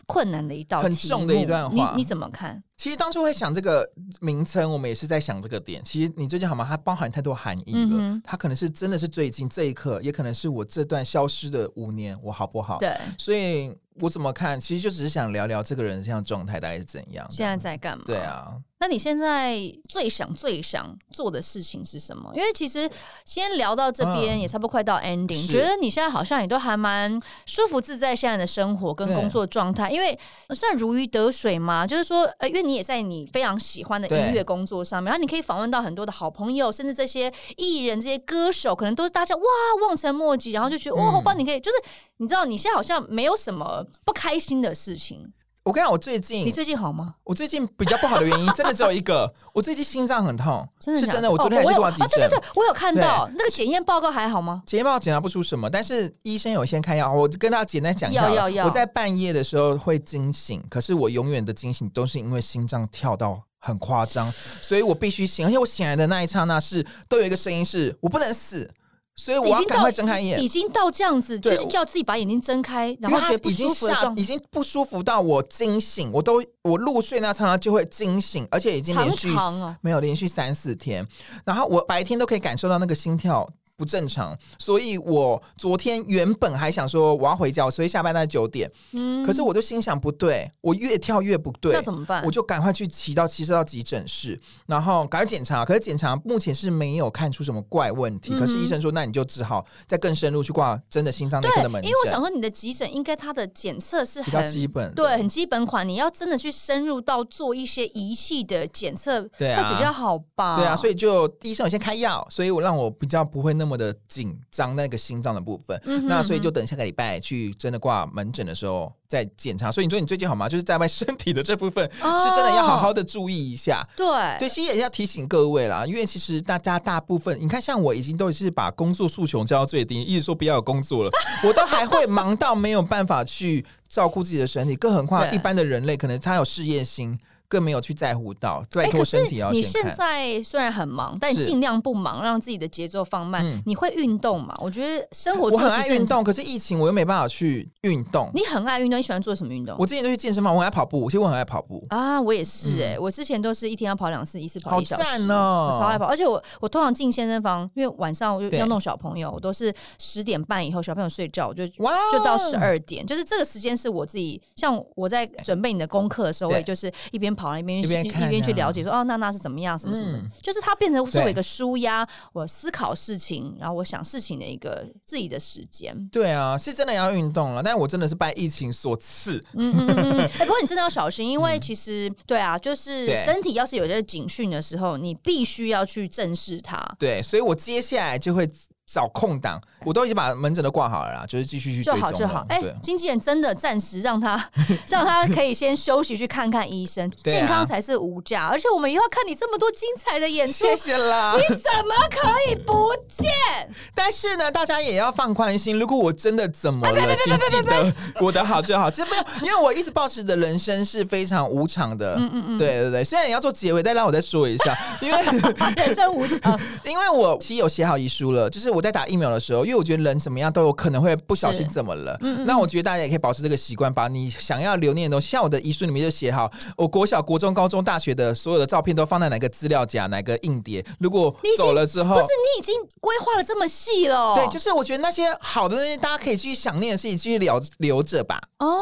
Speaker 2: 困难的一道
Speaker 1: 很
Speaker 2: 题
Speaker 1: 重
Speaker 2: 目
Speaker 1: 的一段话
Speaker 2: 你你怎么看？
Speaker 1: 其实当初会想这个名称，我们也是在想这个点。其实你最近好吗？它包含太多含义
Speaker 2: 嗯
Speaker 1: 了。
Speaker 2: 哼
Speaker 1: 它可能是真的是最近这一刻，也可能是我这段消失的五年，我好不好？
Speaker 2: 对，
Speaker 1: 所以我怎么看？其实就只是想聊聊这个人现在状态大概是怎样。
Speaker 2: 现在在干嘛？
Speaker 1: 对。啊，
Speaker 2: 那你现在最想最想做的事情是什么？因为其实先聊到这边
Speaker 1: 嗯
Speaker 2: 也差不多快到 ending，、
Speaker 1: 是
Speaker 2: 觉得你现在好像也都还蛮舒服自在现在的生活跟
Speaker 1: 对
Speaker 2: 工作状态，因为算如鱼得水嘛，就是说，呃，因为你也在你非常喜欢的
Speaker 1: 对
Speaker 2: 音乐工作上面，然后你可以访问到很多的好朋友，甚至这些艺人、这些歌手，可能都是大家哇望尘莫及，然后就觉得哇，
Speaker 1: 嗯
Speaker 2: 好棒！你可以就是你知道你现在好像没有什么不开心的事情，
Speaker 1: 我跟你讲，我最近
Speaker 2: 你最近好吗？
Speaker 1: 我最近比较不好的原因，真的只有一个，我最近心脏很痛，
Speaker 2: 真的
Speaker 1: 是
Speaker 2: 假
Speaker 1: 真的。我昨天还
Speaker 2: 哦
Speaker 1: 去
Speaker 2: 有
Speaker 1: 挂
Speaker 2: 啊，
Speaker 1: 急
Speaker 2: 对对
Speaker 1: 诊。
Speaker 2: 对，我有看到那个检验报告还好吗？
Speaker 1: 睫毛检查不出什么，但是医生有先开药。我跟大家简单讲一下好了，
Speaker 2: 要要要
Speaker 1: 我在半夜的时候会惊醒，可是我永远的惊醒都是因为心脏跳到很夸张，所以我必须醒。而且我醒来的那一刹那是都有一个声音是我不能死。所以我
Speaker 2: 已
Speaker 1: 要
Speaker 2: 经
Speaker 1: 赶快
Speaker 2: 到
Speaker 1: 睁开眼
Speaker 2: 已。经到这样子，就
Speaker 1: 对
Speaker 2: 是叫自己把眼睛睁开，然
Speaker 1: 因
Speaker 2: 后
Speaker 1: 为
Speaker 2: 觉
Speaker 1: 它
Speaker 2: 得不
Speaker 1: 已经
Speaker 2: 舒服的
Speaker 1: 吓
Speaker 2: 状
Speaker 1: 已经不舒服到我惊醒，我都我入睡那常常就会惊醒，而且已经连续
Speaker 2: 常常哦
Speaker 1: 没有连续三四天，然后我白天都可以感受到那个心跳。不正常，所以我昨天原本还想说我要回家，所以下班在九点，
Speaker 2: 嗯
Speaker 1: 可是我就心想不对，我越跳越不对，
Speaker 2: 那怎么办
Speaker 1: 我？就赶快去骑到骑车到急诊室，然后赶快检查。可是检查目前是没有看出什么怪问题，
Speaker 2: 嗯
Speaker 1: 可是医生说，那你就只好再更深入去挂真的心脏内
Speaker 2: 对
Speaker 1: 科的，门
Speaker 2: 因为我
Speaker 1: 诊
Speaker 2: 想，说你的急诊应该它的检测是
Speaker 1: 比较
Speaker 2: 很
Speaker 1: 基本的。
Speaker 2: 对，很基本款，你要真的去深入到做一些仪器的检测，
Speaker 1: 对啊
Speaker 2: 会比较好吧？
Speaker 1: 对啊，所
Speaker 2: 以
Speaker 1: 以就医生有先开药，所以我让我比较不会那么的紧张那个心脏的部分。
Speaker 2: 嗯哼
Speaker 1: 那所以就等下个礼拜去真的挂门诊的时候再检查。所以你说你最近好吗？就是在外身体的这部分、
Speaker 2: 哦
Speaker 1: 是真的要好好的注意一下。
Speaker 2: 对
Speaker 1: 对，其实也要提醒各位啦，因为其实大家大部分，你看像我已经都是把工作诉求降到最低，一直说不要有工 作了，我都还会忙到没有办法去照顾自己的身体，更何况
Speaker 2: 对
Speaker 1: 一般的人类，可能他有事业心，更没有去在乎到，拜
Speaker 2: 哎，
Speaker 1: 托
Speaker 2: 可
Speaker 1: 身
Speaker 2: 是
Speaker 1: 体要
Speaker 2: 你
Speaker 1: 先
Speaker 2: 现
Speaker 1: 看。
Speaker 2: 在虽然很忙，但
Speaker 1: 是
Speaker 2: 尽量不忙，让自己的节奏放慢。
Speaker 1: 嗯
Speaker 2: 你会运动吗？我觉得生活
Speaker 1: 我
Speaker 2: 作
Speaker 1: 很
Speaker 2: 息
Speaker 1: 爱
Speaker 2: 正
Speaker 1: 运
Speaker 2: 常
Speaker 1: 动，可是疫情我又没办法去运动。
Speaker 2: 你很爱运动，你喜欢做什么运动？
Speaker 1: 我之前就去健身房，我很爱跑步，其实我很爱跑步。
Speaker 2: 啊，我也是哎、我之前都是一天要跑两次，一次
Speaker 1: 嗯
Speaker 2: 跑
Speaker 1: 好
Speaker 2: 一小时，
Speaker 1: 赞哦
Speaker 2: 我超爱跑。而且我我通常进健身房，因为晚上我就
Speaker 1: 对
Speaker 2: 要弄小朋友，我都是十点半以后小朋友睡觉，我就
Speaker 1: 哇哦
Speaker 2: 就到十二点，就是这个时间是我自己。像我在准备你的功课的时候，我
Speaker 1: 对
Speaker 2: 也就是一边跑一边
Speaker 1: 一
Speaker 2: 去
Speaker 1: 边
Speaker 2: 一
Speaker 1: 看
Speaker 2: 边去
Speaker 1: 啊
Speaker 2: 了解说哦，娜娜是怎么样，什么什么的，
Speaker 1: 嗯
Speaker 2: 就是它变成是我
Speaker 1: 对
Speaker 2: 一个舒压，我思考事情，然后我想事情的一个自己的时间。
Speaker 1: 对啊，是真的要运动了，但我真的是拜疫情所赐。
Speaker 2: 嗯嗯 嗯嗯，哎、不过你真的要小心，因为其实、对啊，就是
Speaker 1: 嗯对
Speaker 2: 身体要是有这个警讯的时候，你必须要去正视它。
Speaker 1: 对，所以我接下来就会找空档，我都已经把门诊都挂好了啦，就是继续去
Speaker 2: 就
Speaker 1: 追踪
Speaker 2: 好
Speaker 1: 了。
Speaker 2: 就好，哎、
Speaker 1: 对。
Speaker 2: 经纪人真的暂时让他 让他可以先休息去看看医生，
Speaker 1: 对啊
Speaker 2: 健康才是无价。而且我们又要看你这么多精彩的演出，
Speaker 1: 谢谢啦，
Speaker 2: 怎么可以不见？
Speaker 1: 但是呢，大家也要放宽心。如果我真的怎么了，请记得我的好就好。这没有，因为我一直保持的人生是非常无常的。嗯嗯嗯，对对对。虽然你要做结尾，但让我再说一下，因为
Speaker 2: 啊人生无常，
Speaker 1: 因为我其实有写好遗书了，就是我在打疫苗的时候，因为我觉得人什么样都有可能会不小心
Speaker 2: 是嗯
Speaker 1: 怎么了。那我觉得大家也可以保持这个习惯，把你想要留念的东西，像我的遗书里面就写好，我国小、国中、高中、大学的所有的照片都放在哪个资料夹、哪个硬碟。如果
Speaker 2: 你已经
Speaker 1: 走了之后
Speaker 2: 不是，你已经规划的这么细了？
Speaker 1: 对，就是我觉得那些好的那些，大家可以继续想念的事情，继续留留着吧。
Speaker 2: 哦，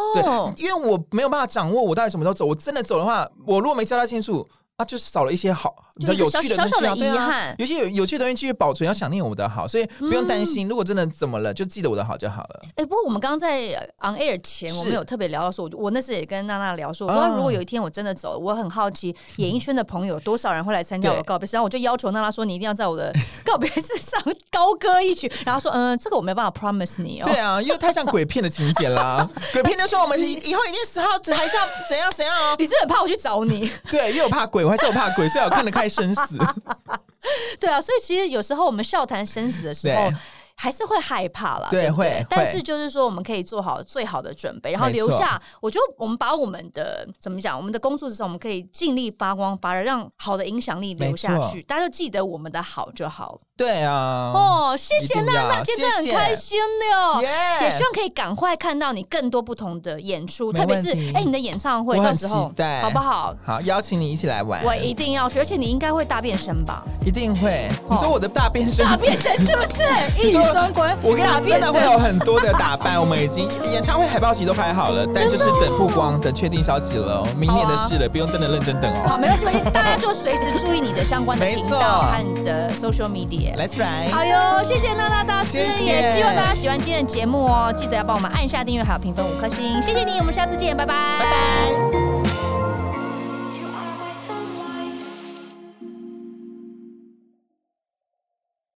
Speaker 1: 对，因为我没有办法掌握我到底什么时候走。我真的走的话，我如果没交代清楚，啊，就是少了一些好比
Speaker 2: 就
Speaker 1: 较
Speaker 2: 一个
Speaker 1: 有
Speaker 2: 小
Speaker 1: 趣的
Speaker 2: 小
Speaker 1: 东
Speaker 2: 小
Speaker 1: 西啊，
Speaker 2: 的
Speaker 1: 对
Speaker 2: 遗
Speaker 1: 啊
Speaker 2: 憾，
Speaker 1: 有些有有趣的东西继续保存，要想念我的好，所以不用担心。如果真的怎么了，就记得我的好就好了。
Speaker 2: 哎、不过我们刚刚在呃 on air 前，
Speaker 1: 是
Speaker 2: 我们有特别聊到说，我我那时也跟娜娜聊说，我
Speaker 1: 啊
Speaker 2: 说如果有一天我真的走了，我很好奇演艺圈的朋友有多少人会来参加我的
Speaker 1: 对
Speaker 2: 告别式，然后我就要求娜娜说，你一定要在我的 告别式上高歌一曲，然后说，嗯，这个我没有办法 promise 你哦
Speaker 1: 对。啊，因为太像鬼片的情节 啦。鬼片就说我们
Speaker 2: 嗯
Speaker 1: 是以后一定十号还是要怎样怎样哦。
Speaker 2: 你是很怕我去找你，
Speaker 1: 对，因为我怕鬼，我还是我怕鬼，所以我看得开生死。
Speaker 2: 对啊，所以其实有时候我们笑谈生死的时候
Speaker 1: 对。
Speaker 2: 还是会害怕啦，
Speaker 1: 对
Speaker 2: 对不对
Speaker 1: 会
Speaker 2: 但
Speaker 1: 会
Speaker 2: 是就是说，我们可以做好最好的准备，然后
Speaker 1: 没
Speaker 2: 留
Speaker 1: 错
Speaker 2: 下。我觉得我们把我们的怎么讲，我们的工作职场，我们可以尽力发光发热，让好的影响力留
Speaker 1: 没
Speaker 2: 下
Speaker 1: 错
Speaker 2: 去。大家就记得我们的好就好了。
Speaker 1: 对啊，
Speaker 2: 哦，谢
Speaker 1: 一
Speaker 2: 谢
Speaker 1: 定
Speaker 2: 娜娜，
Speaker 1: 要
Speaker 2: 今天真
Speaker 1: 谢
Speaker 2: 的
Speaker 1: 谢
Speaker 2: 很开心的
Speaker 1: 耶
Speaker 2: 哦。也希望可以赶快看到你更多不同的演出，
Speaker 1: 没
Speaker 2: 特别是
Speaker 1: 问题
Speaker 2: 哎、你的演唱会
Speaker 1: 我
Speaker 2: 到
Speaker 1: 很
Speaker 2: 时候
Speaker 1: 期待
Speaker 2: 好不好？
Speaker 1: 好邀请你一起来玩，
Speaker 2: 我一定要去，而且你应该会大变身吧？
Speaker 1: 一定会。你说我的 大变身，
Speaker 2: 哦大变身是不是 一语双关？
Speaker 1: 我跟你
Speaker 2: 大
Speaker 1: 讲，真
Speaker 2: 变
Speaker 1: 的
Speaker 2: 身
Speaker 1: 会有很多的打扮，我们已经演唱会海报其实都拍好了，但就是等曝光、等确定消息了哦，明年的事了，不用真的认真等
Speaker 2: 啊好，
Speaker 1: 哦。
Speaker 2: 没关系，没关系，大家就随时注意你的相关的
Speaker 1: 没
Speaker 2: 频
Speaker 1: 错
Speaker 2: 道和你的 social media。
Speaker 1: Let's try，
Speaker 2: 好哟，谢谢娜娜大师，
Speaker 1: 谢谢
Speaker 2: 也希望大家喜欢今天的节目哦，记得要帮我们按下订阅，还有评分五颗星，谢谢你，我们下次见，拜拜，拜拜。